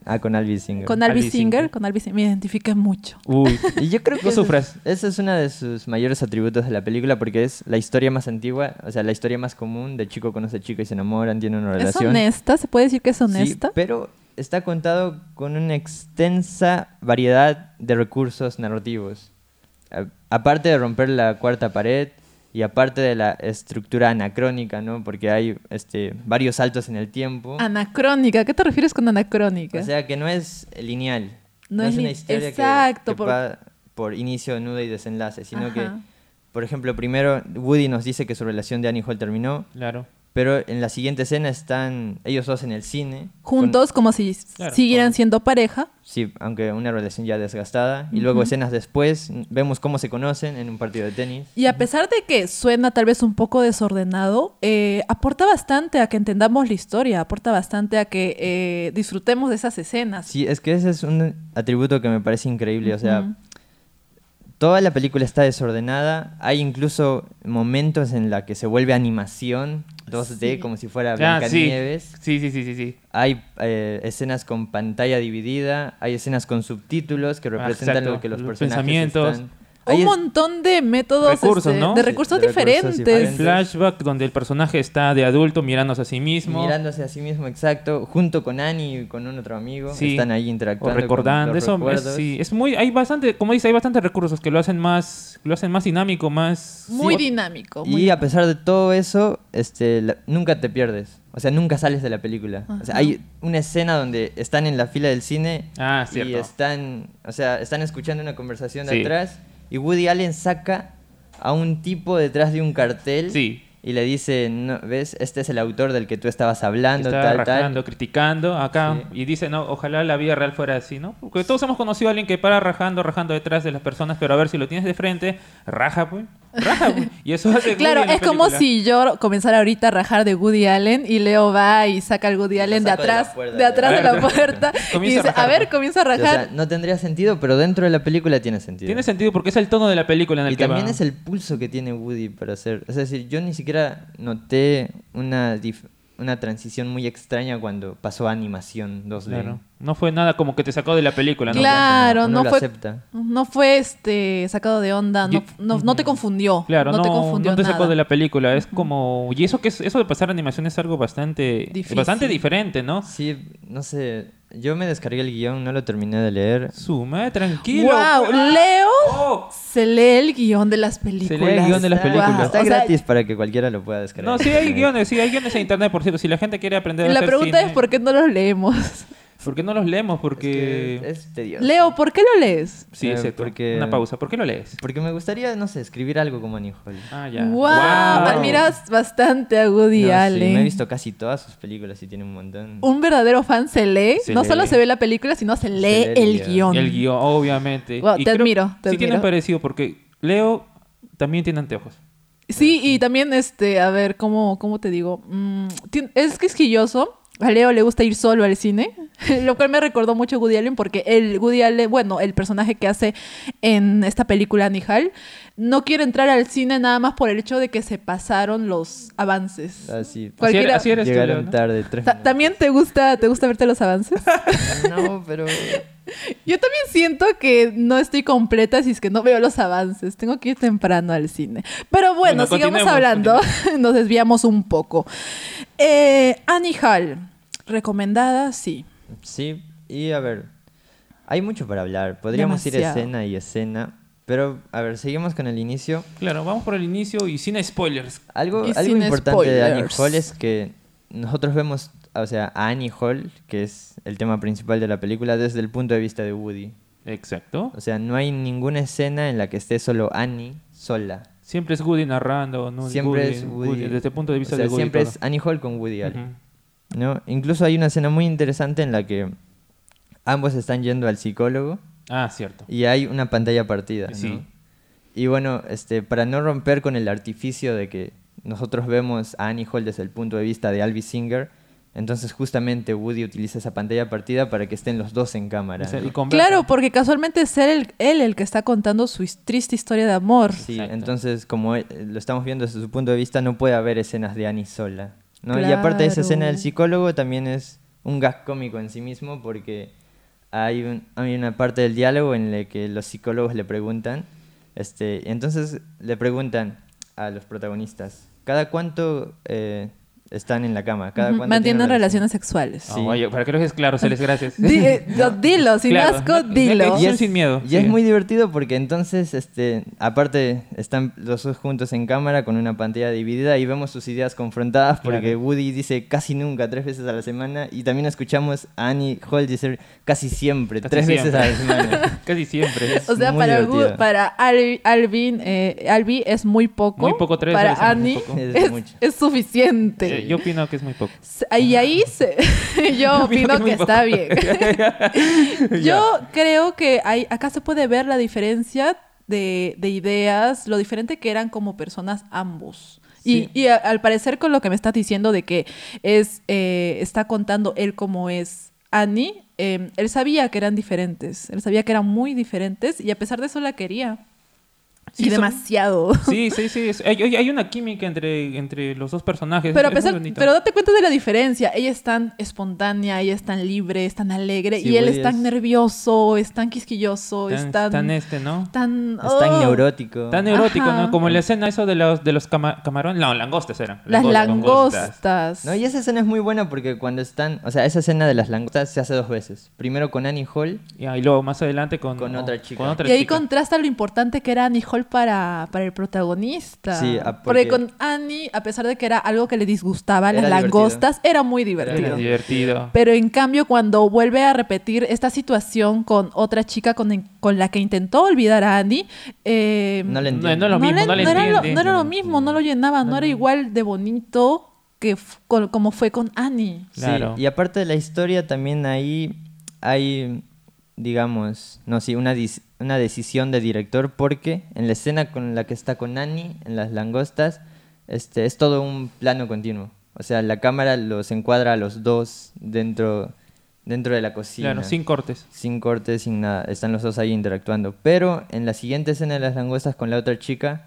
S3: Ah, con Alvis Singer.
S2: con Alvin
S1: Alvin
S2: Singer,
S1: Singer.
S2: con Alvin Singer, me identifiqué mucho.
S1: Uy,
S3: Y yo creo que
S1: No
S3: eso-
S1: sufras.
S3: Ese es uno de sus mayores atributos de la película porque es la historia más antigua, o sea, la historia más común de chico conoce chico y se enamoran, tienen una
S2: Es
S3: relación.
S2: honesta, se puede decir que es
S3: Sí,
S2: honesta.
S3: pero está contado con una extensa variedad de recursos narrativos. A- aparte de romper la cuarta pared y aparte de la estructura anacrónica, ¿no? Porque hay este, varios saltos en el tiempo.
S2: Ah, Anacrónica, ¿a ¿qué te refieres con anacrónica?
S3: O sea, que no es lineal.
S2: No
S3: No,
S2: es
S3: es una
S2: lin-
S3: historia que-
S2: Exacto,
S3: que,
S2: por-
S3: va por inicio, nudo y desenlace, sino que,
S2: Ajá.
S3: por ejemplo, primero Woody nos dice que su relación de Annie Hall terminó,
S1: claro.
S3: pero en la siguiente escena están ellos dos en el cine. con-
S2: Juntos, como si
S1: Claro,
S2: siguieran
S1: con-
S2: siendo pareja.
S3: sí, aunque una relación ya desgastada. Y luego escenas después n- vemos cómo se conocen en un partido de tenis.
S2: Y a pesar de que suena tal vez un poco desordenado, eh, aporta bastante a que entendamos la historia, aporta bastante a que eh, disfrutemos de esas escenas.
S3: Sí, es que ese es un atributo que me parece increíble. O sea,
S2: Ujú.
S3: toda la película está desordenada. Hay incluso momentos en la que se vuelve animación 2D,
S2: Sí.
S3: como si fuera
S1: Ah, sí.
S3: Blancanieves.
S1: sí, sí, sí, sí, sí.
S3: Hay eh, escenas con pantalla dividida, hay escenas con subtítulos que
S1: Ah,
S3: representan
S1: exacto,
S3: lo que los,
S1: los
S3: personajes
S1: pensamientos.
S3: están-
S2: Un
S3: Hay es-
S2: montón de métodos,
S1: Recursos,
S2: este,
S1: ¿no?
S2: de
S1: Sí,
S2: recursos
S3: de recursos
S2: diferentes.
S1: Hay
S3: diferentes. Entonces-
S1: flashback donde el personaje está de adulto mirándose a sí mismo.
S3: mirándose a sí mismo, exacto, junto con Annie y con un otro amigo,
S1: Sí.
S3: están ahí
S1: o
S3: interactuando. con
S1: recordando,
S3: los
S1: eso es,
S3: recuerdos.
S1: sí, es muy, hay bastante, como dice, hay bastantes recursos que lo hacen más, lo hacen más dinámico, más
S2: Muy
S1: Sí.
S2: dinámico. muy
S3: Y a pesar de todo eso, este, la- nunca te pierdes. O sea, nunca sales de la película. O sea, hay una escena donde están en la fila del cine
S1: Ah,
S3: y
S1: cierto.
S3: están, o sea, están escuchando una conversación de
S1: Sí.
S3: atrás y Woody Allen saca a un tipo detrás de un cartel
S1: Sí.
S3: y le dice, "No, ¿ves? Este es el autor del que tú estabas hablando,
S1: Está
S3: tal,
S1: rajando,
S3: tal.
S1: criticando acá y dice, no, ojalá la vida real fuera así, ¿no? Porque todos hemos conocido a alguien que para rajando, rajando detrás de las personas, pero a ver si lo tienes de frente, raja, pues, raja, pues. Y eso hace
S2: Claro,
S1: Woody en la
S2: es como
S1: película.
S2: si yo comenzara ahorita a rajar de Woody Allen y Leo va y saca al Woody
S3: lo
S2: Allen de
S3: saco de la
S2: atrás, de,
S3: puerta.
S2: atrás de la
S1: Claro.
S2: puerta y
S1: Comienza a
S2: dice, a,
S1: rajar.
S2: ver, comienza a
S3: O sea,
S2: rajar.
S3: no tendría sentido, pero dentro de la película tiene sentido.
S1: Tiene sentido porque es el tono de la película en el
S3: Y
S1: que
S3: también
S1: va.
S3: es el pulso que tiene Woody para hacer. Es decir, yo ni siquiera noté una, dif- una transición muy extraña cuando pasó a animación 2D.
S1: Claro. No fue nada como que te sacó de la película, ¿no?
S2: Claro,
S3: Uno
S2: no
S3: lo
S2: fue,
S3: acepta.
S2: no fue este sacado de onda, no,
S1: Yo-
S2: no, no te confundió,
S1: Claro,
S2: Oh, no,
S1: no,
S2: te confundió
S1: no te sacó
S2: nada.
S1: de la película. Es como. Y eso que es- eso de pasar animación es algo bastante.
S2: Difícil.
S1: Bastante diferente, ¿no?
S3: Sí, no sé. Yo me descargué el guión, no lo terminé de leer.
S1: Su madre, tranquilo.
S2: Wow,
S1: pues.
S2: Leo
S1: Oh.
S2: se lee el guión de las películas.
S1: guión de las
S3: Está-
S1: películas.
S2: Guau,
S3: Está
S2: o sea,
S3: gratis para que cualquiera lo pueda descargar.
S1: No, sí hay guiones, sí hay guiones en internet, por cierto. Si la gente quiere aprender a
S2: la
S1: hacer
S2: pregunta
S1: cine,
S2: es por qué no los leemos.
S1: ¿por qué no los leemos?
S3: Es que
S1: Porque.
S3: es tedioso.
S2: Leo, ¿por qué lo lees?
S1: Sí,
S3: Eh,
S1: exacto.
S3: porque-
S1: Una pausa. ¿Por qué lo lees?
S3: Porque me gustaría, no sé, escribir algo como Annie Hall.
S1: Ah, ya.
S2: Wow,
S1: Guau.
S2: admiras bastante a Woody
S3: No, sí,
S2: Allen.
S3: me he visto casi todas sus películas y tiene un montón.
S2: un verdadero fan se lee,
S1: Se
S2: no
S1: lee.
S2: solo se ve la película, sino se lee,
S3: lee el
S2: el
S3: guión.
S2: guión.
S1: El guión, obviamente.
S2: Wow, te
S1: creo-
S2: admiro, te
S1: sí tienen
S2: admiro.
S1: parecido porque Leo también tiene anteojos.
S2: Sí, y también, este, a ver, ¿cómo, cómo te digo? Mm, tien- es quisquilloso. A Leo le gusta ir solo al cine, lo cual me recordó mucho a Woody Allen porque el Woody Allen, bueno, el personaje que hace en esta película Nihal, no quiere entrar al cine nada más por el hecho de que se pasaron los avances.
S3: Ah, sí.
S2: ¿Cuál- Cualquiera-
S1: Así eres, así eres tú, Leo,
S3: Llegaron
S1: ¿no?
S3: tarde, tres
S2: Ta- ¿También te gusta, te gusta verte los avances?
S3: minutos. No, pero...
S2: Yo también siento que no estoy completa si es que no veo los avances. Tengo que ir temprano al cine. Pero bueno,
S1: Bueno,
S2: sigamos
S1: continuemos,
S2: hablando. Nos desviamos un poco. Eh, Annie Hall, recomendada, sí.
S3: Sí, y a ver, hay mucho para hablar. Podríamos
S2: Demasiado.
S3: ir escena y escena, pero a ver, seguimos con el inicio.
S1: Claro, vamos por el inicio y sin spoilers.
S3: Algo,
S2: Y
S3: algo
S2: sin
S3: importante de Annie
S2: spoilers.
S3: Hall es que nosotros vemos, o sea, a Annie Hall, que es el tema principal de la película, desde el punto de vista de Woody.
S1: Exacto.
S3: O sea, no hay ninguna escena en la que esté solo Annie sola.
S1: Siempre es Woody narrando, ¿no?
S3: Siempre es Woody.
S1: Desde el punto de vista
S3: o sea,
S1: de Woody.
S3: siempre
S1: todo.
S3: es Annie Hall con Woody Allen.
S1: Ujú.
S3: ¿no? Incluso hay una escena muy interesante en la que ambos están yendo al psicólogo
S1: Ah, cierto.
S3: y hay una pantalla partida. ¿no?
S1: Sí.
S3: Y bueno, este, para no romper con el artificio de que nosotros vemos a Annie Hall desde el punto de vista de Alvis Singer, entonces justamente Woody utiliza esa pantalla partida para que estén los dos en cámara.
S1: O sea,
S3: ¿no?
S1: y conversa.
S2: Claro, porque casualmente es él el, él el que está contando su his- triste historia de amor.
S3: Sí,
S1: Exacto.
S3: entonces como eh, lo estamos viendo desde su punto de vista, no puede haber escenas de Annie sola. ¿no? Y aparte de esa escena del
S2: Claro.
S3: psicólogo también es un gas cómico en sí mismo porque hay, un- hay una parte del diálogo en la que los psicólogos le preguntan, este, entonces le preguntan a los protagonistas, ¿cada cuánto eh, están en la cama? ¿Cada
S2: Ujú,
S3: cuánto tienen
S2: Mantienen relaciones
S3: relaciones?"
S2: sexuales.
S1: Ah,
S3: sí.
S1: vaya, para que lo dejes claro, Celes, gracias.
S2: pues, Di- eh, no, dilo, sin
S1: Claro.
S2: asco,
S1: No,
S2: dilo.
S1: no,
S3: Y
S1: Acción sin miedo,
S3: Y
S1: sigue.
S3: es muy divertido porque entonces, este, aparte, están los dos juntos en cámara con una pantalla dividida y vemos sus ideas confrontadas porque
S1: Claro.
S3: Woody dice casi nunca, tres veces a la semana, y también escuchamos a Annie Hall decir casi siempre,
S1: Casi
S3: tres veces a la
S1: siempre.
S3: semana.
S1: Casi siempre.
S2: O sea,
S3: muy
S2: para, Gu-
S3: divertido.
S2: para Al- Alvin, eh, Albi es muy poco.
S1: Muy poco, tres
S2: Para
S1: veces, muy
S2: Annie este,
S1: poco.
S2: es,
S3: Es mucho.
S2: es suficiente.
S1: Eh, yo opino que es muy poco.
S2: Se- Y ahí se- yo opino que,
S1: muy poco.
S2: está bien.
S1: Ya.
S2: yo creo que hay, acá se puede ver la diferencia de, de ideas, lo diferente que eran como personas ambos. Y-
S3: Sí.
S2: Y, a- al parecer con lo que me estás diciendo de que es eh, está contando él cómo es Annie, eh, él sabía que eran diferentes, él sabía que eran muy diferentes y a pesar de eso la quería.
S1: Sí,
S2: y
S1: son-
S2: demasiado.
S1: Sí, sí, sí. es- hay, hay- hay una química entre, entre los dos personajes.
S2: Pero, a
S1: es muy
S2: pesar,
S1: bonito.
S2: pero date cuenta de la diferencia. Ella es tan espontánea, ella es tan libre, es tan alegre.
S3: Sí,
S2: y él
S3: güey,
S2: es tan
S3: es-
S2: nervioso, es tan quisquilloso,
S1: tan,
S2: es tan...
S1: tan este, ¿no?
S2: tan,
S3: Es tan
S2: ¡Oh!
S3: neurótico.
S1: Tan neurótico,
S2: Ajá.
S1: ¿no? Como la escena eso de los, de los cama- camarones. No, langostas eran.
S2: Las
S1: Langostas.
S2: langostas.
S3: No, y esa escena es muy buena porque cuando están, o sea, esa escena de las langostas se hace dos veces. Primero con Annie Hall,
S1: Ya, Y luego más adelante con,
S3: Con otra chica.
S1: con otra
S2: Y ahí
S1: chica.
S2: contrasta lo importante que era Annie Hall para, para el protagonista.
S3: Sí, ah,
S2: porque...
S3: porque-
S2: con Annie, a pesar de que era algo que le disgustaba, las
S3: Era divertido.
S2: langostas, era muy divertido.
S1: Era divertido.
S2: Pero en cambio, cuando vuelve a repetir esta situación con otra chica con, con la que intentó olvidar a Andy, eh,
S3: no le
S1: No,
S3: entiendo.
S1: no es lo mismo,
S2: le-
S1: no le
S2: era lo-
S1: entiende.
S2: no era lo mismo, no lo llenaba, no, era igual de bonito que f- con- como fue con Annie.
S3: Sí,
S1: Claro.
S3: y aparte de la historia, también ahí hay, digamos, no, sí, una, dis- una decisión de director porque en la escena con la que está con Annie, en las langostas, este, es todo un plano continuo. O sea, la cámara los encuadra a los dos dentro, dentro de la cocina.
S1: Claro, sin cortes.
S3: Sin corte, sin nada. Están los dos ahí interactuando. Pero en la siguiente escena de las langostas con la otra chica,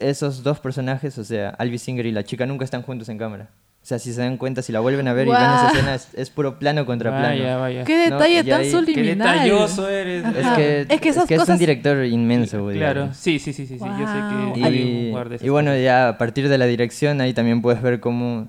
S3: esos dos personajes, o sea, Alvis Singer y la chica, nunca están juntos en cámara. O sea, si se dan cuenta, si la vuelven a ver y ven esa
S2: Guau.
S3: escena, es, es puro plano contra
S1: Vaya,
S3: plano.
S1: vaya.
S2: Qué
S3: No,
S2: detalle
S3: y
S2: tan
S3: ahí- qué
S1: Qué
S2: subliminal.
S1: detalloso eres.
S2: Ajá.
S3: Es que,
S2: Es que esas
S3: es un
S2: cosas-
S3: director inmenso, Woody
S1: Claro,
S3: Allen.
S1: sí, sí, sí, sí, sí, Yo sé que
S2: Wow.
S1: hay un
S3: Y,
S1: lugar de esas
S3: y bueno,
S1: cosas.
S3: ya a partir de la dirección, ahí también puedes ver cómo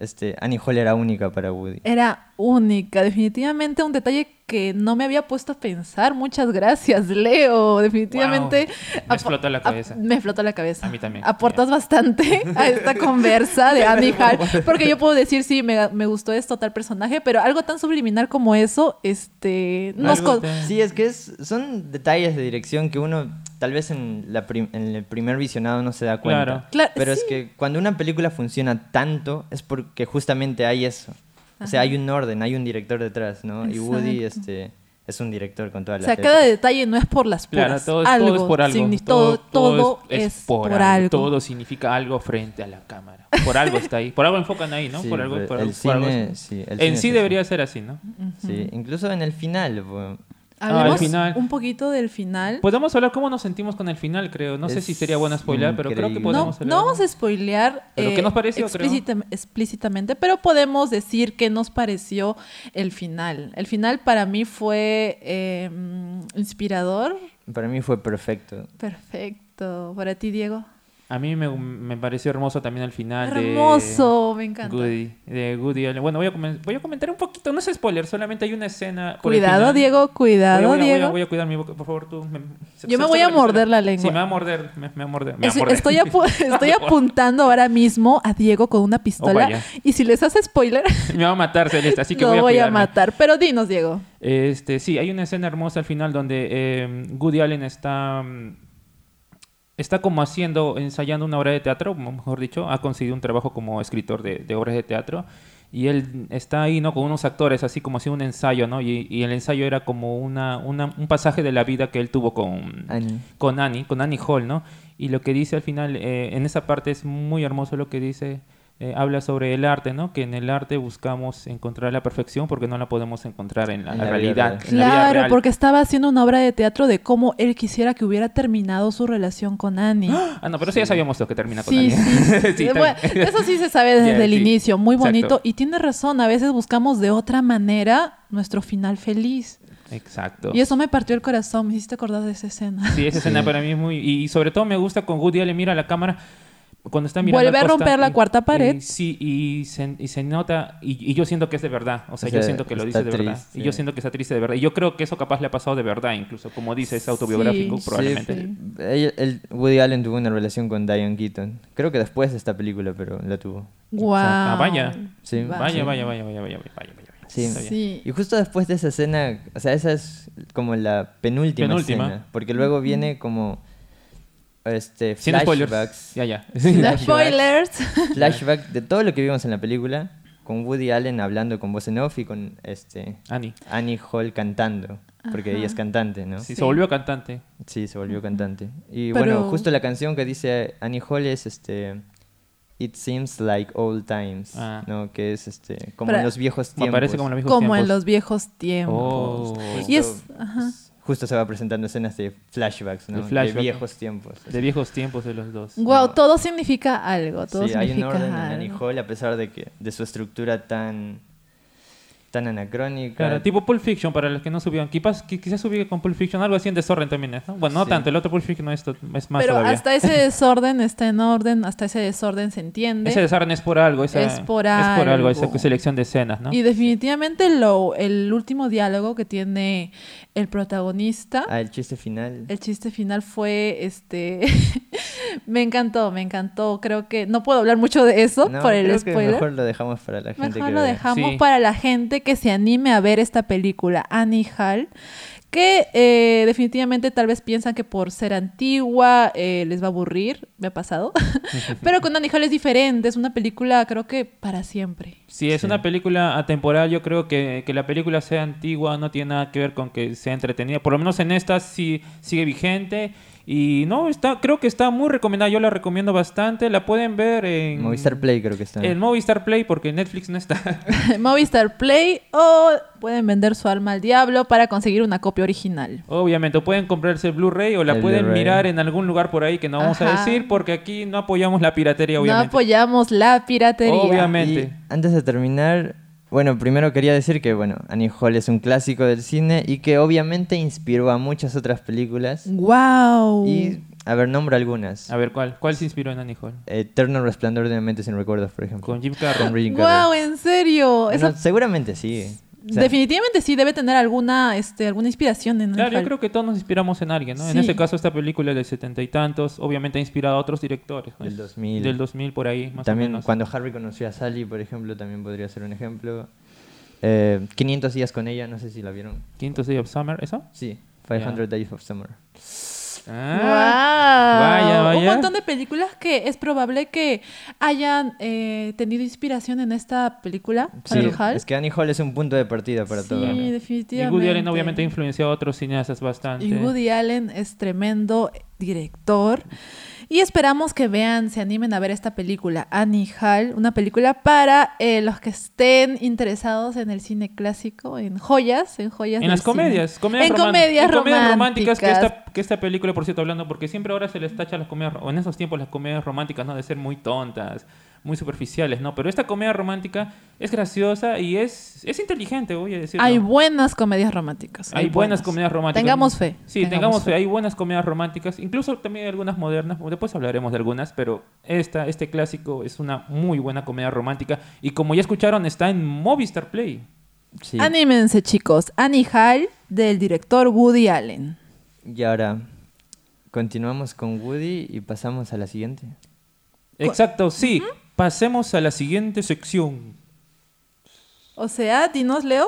S3: este, Annie Hall era única para Woody.
S2: Era única, definitivamente un detalle que no me había puesto a pensar. Muchas gracias, Leo. Definitivamente.
S1: Me
S2: apo-
S1: explotó la
S2: ap-
S1: cabeza.
S2: Me explotó la cabeza.
S1: A mí también.
S2: Aportas bastante a esta conversa de Annie Hall. Porque yo puedo decir, sí, me, me gustó esto, tal personaje, pero algo tan subliminal como eso, este. Nos
S1: Algo
S2: con-
S1: te-
S3: Sí, es que es, son detalles de dirección que uno tal vez en, la prim- en el primer visionado no se da cuenta.
S1: Claro.
S2: Claro,
S3: Pero
S2: sí.
S3: es que cuando una película funciona tanto es porque justamente hay eso. O sea, hay un orden, hay un director detrás, ¿no? Y Woody
S2: Exacto.
S3: este, es un director con todas
S2: O
S3: las
S2: sea,
S3: letras.
S2: cada detalle no es por las puras.
S1: Claro, todo es,
S2: pues, algo,
S1: todo es por algo.
S2: signi- todo, todo es, por, algo.
S1: Todo significa algo frente a la cámara. Por algo está ahí. Por algo enfocan ahí, ¿no?
S3: Sí,
S1: por algo,
S3: pero
S1: por
S3: el
S1: algo- por algo
S3: cine-
S1: es-
S3: sí, el
S1: en
S3: cine
S1: sí
S3: es
S1: debería ser así, ¿no?
S3: Sí, incluso en el final. bueno,
S2: Hablemos
S1: Ah, al final. Pues,
S2: un poquito del final.
S1: Podemos hablar cómo nos sentimos con el final, creo. No sé
S3: Es
S1: si sería bueno spoiler, pero creo que
S3: increíble.
S2: No,
S1: podemos hablar.
S2: no vamos a spoilear eh,
S1: Pero, ¿qué nos pareció, creo?
S2: explícitam- explícitamente, pero podemos decir qué nos pareció el final. El final para mí fue eh, mm, inspirador.
S3: Para mí fue perfecto.
S2: Perfecto. Para ti, Diego.
S1: A mí me, me pareció hermoso también al final. Ah, de-
S2: Hermoso, me encanta.
S1: Goody, de Goody Allen. Bueno, voy a, comen- voy a comentar un poquito, no es spoiler, solamente hay una escena. por el
S2: Cuidado,
S1: final.
S2: Diego,
S1: Voy a-
S2: cuidado,
S1: voy a- voy a-
S2: Diego.
S1: Voy a cuidar mi boca, por favor, tú. me- se-
S2: Yo me
S1: se-
S2: voy a
S1: se- se-
S2: morder la lengua.
S1: Sí, me va a morder, me, me va a morder. me va a
S2: Es-
S1: morder.
S2: estoy, apu- estoy
S1: Me va a
S2: apuntando ahora mismo a Diego con una pistola.
S1: Oh, vaya.
S2: y si les hace spoiler,
S1: morder. Me va a matar, Celeste, así que
S2: lo
S1: voy a cuidarme.
S2: matar. Pero dinos, Diego.
S1: Este, sí, hay una escena hermosa al final donde eh, Woody Allen está. mm, Está como haciendo, ensayando una obra de teatro, mo- mejor dicho, ha conseguido un trabajo como escritor de, de obras de teatro. Y él está ahí, ¿no? Con unos actores, así como haciendo un ensayo, ¿no? Y, y el ensayo era como una, una- un pasaje de la vida que él tuvo con,
S3: Annie.
S1: con Annie, con Annie Hall, ¿no? Y lo que dice al final, eh, en esa parte es muy hermoso lo que dice, eh, habla sobre el arte, ¿no? Que en el arte buscamos encontrar la perfección porque no la podemos encontrar en la,
S3: En la vida
S1: realidad.
S3: real.
S1: en la vida
S2: Claro,
S1: real.
S2: porque estaba haciendo una obra de teatro de cómo él quisiera que hubiera terminado su relación con Annie.
S1: Ah, no, pero eso ya sabíamos lo que termina con
S2: Sí,
S1: Annie.
S2: sí, sí.
S1: Sí, está
S2: Bueno,
S1: bien.
S2: eso sí se sabe desde
S1: Ya,
S2: el
S1: sí.
S2: inicio, muy bonito.
S1: Exacto.
S2: Y tiene razón, a veces buscamos de otra manera nuestro final feliz.
S1: Exacto.
S2: Y eso me partió el corazón, me hiciste acordar de esa escena.
S1: Sí, esa escena para mí es muy... Y, y sobre todo me gusta con Woody Allen, mira la cámara... Cuando está mirando
S2: Vuelve
S1: al
S2: a
S1: costado
S2: romper la
S1: y-
S2: cuarta pared.
S1: y sí, y se, y se nota, y, y yo siento que es de verdad. O sea,
S3: O
S1: yo
S3: sea,
S1: siento que lo
S3: está
S1: dice de verdad.
S3: triste.
S1: Y yo siento que está triste de verdad. Y yo creo que eso capaz le ha pasado de verdad, incluso. Como dice, es autobiográfico,
S2: Sí,
S1: probablemente.
S2: sí.
S3: Ella- el- Woody Allen tuvo una relación con Diane Keaton. Creo que después de esta película, pero la tuvo.
S2: Wow.
S1: Ah, vaya.
S3: Sí,
S2: Va.
S1: Vaya, vaya, vaya, vaya, vaya, vaya, vaya, vaya.
S3: Sí.
S1: Está bien.
S2: Sí.
S3: Y justo después de esa escena, o sea, esa es como la penúltima,
S1: Penúltima.
S3: escena, porque luego viene como este
S1: Sin
S3: flashbacks,
S1: spoilers. Ya, ya.
S2: Los spoilers.
S3: flashback de todo lo que vimos en la película, con Woody Allen hablando con voz en off y con este
S1: Annie.
S3: Annie Hall cantando, porque ella es cantante, ¿no?
S1: Sí,
S3: Sí,
S1: se volvió cantante.
S3: se volvió cantante. Y
S2: Pero-
S3: bueno, justo la canción que dice Annie Hall es este It seems like old times,
S1: Ah.
S3: ¿no? Que es este como
S2: Pero-
S3: en los viejos
S1: Me
S3: tiempos.
S1: parece como en los viejos
S2: Como en
S1: tiempos.
S2: los viejos tiempos.
S1: Oh.
S2: Y es...
S3: Justo-
S2: ajá.
S3: Justo se va presentando escenas de flashbacks, ¿no?
S1: De
S3: De,
S1: flashback.
S3: viejos tiempos.
S1: De viejos tiempos de los dos.
S2: Wow, todo significa algo. Todo
S3: sí,
S2: significa
S3: hay un orden en
S2: algo.
S3: Annie Hall, a pesar de que de su estructura tan tan anacrónica.
S1: Claro, tipo Pulp Fiction, para los que no subieron. Quizás, qui- quizás subí con Pulp Fiction, algo así en desorden también. ¿no? Bueno, no
S3: Sí.
S1: tanto, el otro Pulp Fiction no es, to- es más
S2: Pero
S1: todavía.
S2: hasta ese desorden está en orden, hasta ese desorden se entiende.
S1: Ese desorden es por algo. Esa,
S2: Es por algo.
S1: esa selección de escenas, ¿no?
S2: Y definitivamente lo, el último diálogo que tiene el protagonista,
S3: Ah, el chiste final.
S2: el chiste final fue este me encantó, me encantó. Creo que no puedo hablar mucho de eso
S3: No,
S2: por el
S3: creo que
S2: spoiler.
S3: mejor lo dejamos para la gente
S2: Mejor
S3: que
S2: lo
S3: vea.
S2: dejamos
S1: Sí.
S2: para la gente que se anime a ver esta película, Annie Hall, que eh, definitivamente tal vez piensan que por ser antigua eh, les va a aburrir, me ha pasado, pero con Annie Hall es diferente, es una película creo que para siempre.
S1: Si es
S3: Sí.
S1: una película atemporal, yo creo que, que la película sea antigua no tiene nada que ver con que sea entretenida. Por lo menos en esta sí sigue vigente. Y no, está, creo que está muy recomendada. Yo la recomiendo bastante. La pueden ver en
S3: Movistar Play creo que está.
S1: En Movistar Play porque Netflix no está.
S2: Movistar Play o pueden vender su alma al diablo para conseguir una copia original.
S1: Obviamente, o pueden comprarse el Blu-ray o la
S3: El
S1: pueden
S3: Blu-ray.
S1: mirar en algún lugar por ahí que no vamos a
S2: Ajá.
S1: decir porque aquí no apoyamos la piratería,
S2: No
S1: obviamente.
S2: apoyamos la piratería.
S1: Obviamente.
S3: Y antes de terminar, bueno, primero quería decir que bueno, Annie Hall es un clásico del cine y que obviamente inspiró a muchas otras películas.
S2: Wow.
S3: Y a ver, nombro algunas.
S1: a ver, ¿cuál? ¿Cuál se inspiró en Annie Hall?
S3: Eterno Resplandor de una mente sin recuerdos, por ejemplo.
S1: Con Jim
S3: Con
S1: Carrey.
S3: Jim Carrey.
S2: Wow, en serio. Esa-
S3: Bueno, seguramente sí. O sea,
S2: Definitivamente sí debe tener alguna, este, alguna inspiración en
S1: Claro, yo
S2: Hall.
S1: creo que todos nos inspiramos en alguien, ¿no? En
S2: Sí.
S1: este caso, esta película del setenta y tantos, obviamente ha inspirado a otros directores. ¿no?
S3: Del 2000.
S1: Del 2000 por ahí, más o
S3: también
S1: menos.
S3: cuando Harry conoció a Sally, por ejemplo, también podría ser un ejemplo. Eh, 500 días con ella, no sé si la vieron.
S1: Quinto Day of Summer, ¿eso?
S3: Sí, 500 Days of Summer.
S1: Ah, Vaya,
S2: Un
S1: vaya.
S2: montón de películas que es probable que hayan eh, tenido inspiración en esta película,
S3: Sí,
S2: Annie Hall.
S3: es que Annie Hall es un punto de partida para
S2: Sí,
S3: todo.
S1: Y
S2: definitivamente.
S1: Woody Allen obviamente ha influenciado a otros cineastas bastante.
S2: Y Woody Allen es tremendo director. Y esperamos que vean, se animen a ver esta película, Annie Hall, una película para eh, los que estén interesados en el cine clásico, en joyas, en joyas.
S1: En
S2: del
S1: las
S2: cine.
S1: comedias, comedias
S2: En
S1: román-
S2: comedias
S1: en comedias románticas, que,
S2: románticas.
S1: esta, que esta película, por cierto, hablando, porque siempre ahora se les tacha las comedias, ro- o en esos tiempos las comedias románticas, ¿no? De ser muy tontas, muy superficiales, ¿no? Pero esta comedia romántica es graciosa y es, es inteligente, voy a decir.
S2: Hay buenas comedias románticas.
S1: Hay buenas comedias románticas.
S2: Tengamos fe.
S1: Sí, tengamos, fe. Hay buenas comedias románticas, incluso también hay algunas modernas. Después hablaremos de algunas, pero esta, este clásico es una muy buena comedia romántica. Y como ya escucharon, está en Movistar Play.
S3: Sí.
S2: Anímense, chicos. Annie Hall, del director Woody Allen.
S3: Y ahora continuamos con Woody y pasamos a la siguiente.
S1: Exacto, sí. Pasemos a la siguiente sección.
S2: O sea, dinos, Leo.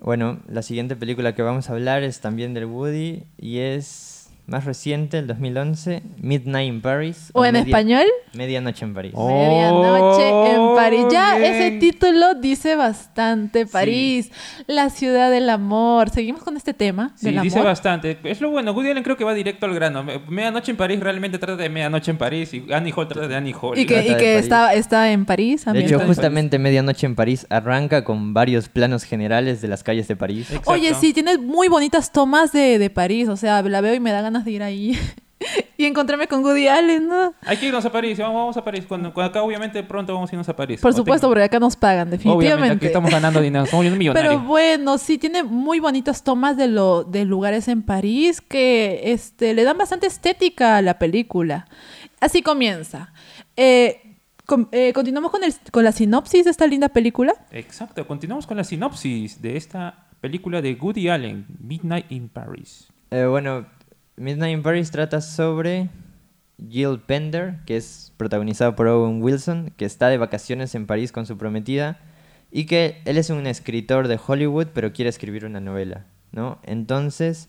S3: Bueno, la siguiente película que vamos a hablar es también del Woody y es más reciente, el 2011, Midnight in Paris.
S2: ¿O en
S3: media-
S2: español?
S3: Medianoche en París.
S1: Oh,
S2: Medianoche en París. Ya
S1: bien.
S2: ese título dice bastante París, la ciudad del amor. Seguimos con este tema
S1: Sí,
S2: del
S1: dice
S2: amor.
S1: bastante. Es lo bueno. Woody Allen creo que va directo al grano. Me- Medianoche en París realmente trata de Medianoche en París y Annie Hall trata de Annie Hall.
S2: y que,
S3: Trata
S2: y
S3: de
S2: que
S3: París.
S2: está, está en París
S3: De
S2: también.
S3: hecho,
S1: Ambientada en
S3: justamente Medianoche en París arranca con varios planos generales de las calles de París.
S1: Exacto.
S2: Oye, sí, tiene muy bonitas tomas de, de París. O sea, la veo y me da ganas de ir ahí y encontrarme con Woody Allen, ¿no?
S1: Hay que irnos a París. Vamos, vamos a París. Cuando, cuando acá obviamente pronto vamos a irnos a París.
S2: Por
S1: O
S2: supuesto,
S1: tengo-
S2: porque acá nos pagan,
S1: Obviamente, aquí
S2: definitivamente.
S1: estamos ganando dinero. Somos un
S2: Pero
S1: millonario.
S2: bueno, sí tiene muy bonitas tomas de lo de lugares en París que este le dan bastante estética a la película. Así comienza. Eh, com- eh, continuamos con, el, con la sinopsis de esta linda película.
S1: Exacto. Continuamos con la sinopsis de esta película de Woody Allen, Midnight in Paris.
S3: Eh, bueno, Midnight in Paris trata sobre Jill Pender, que es protagonizada por Owen Wilson, que está de vacaciones en París con su prometida y que él es un escritor de Hollywood, pero quiere escribir una novela, ¿no? Entonces,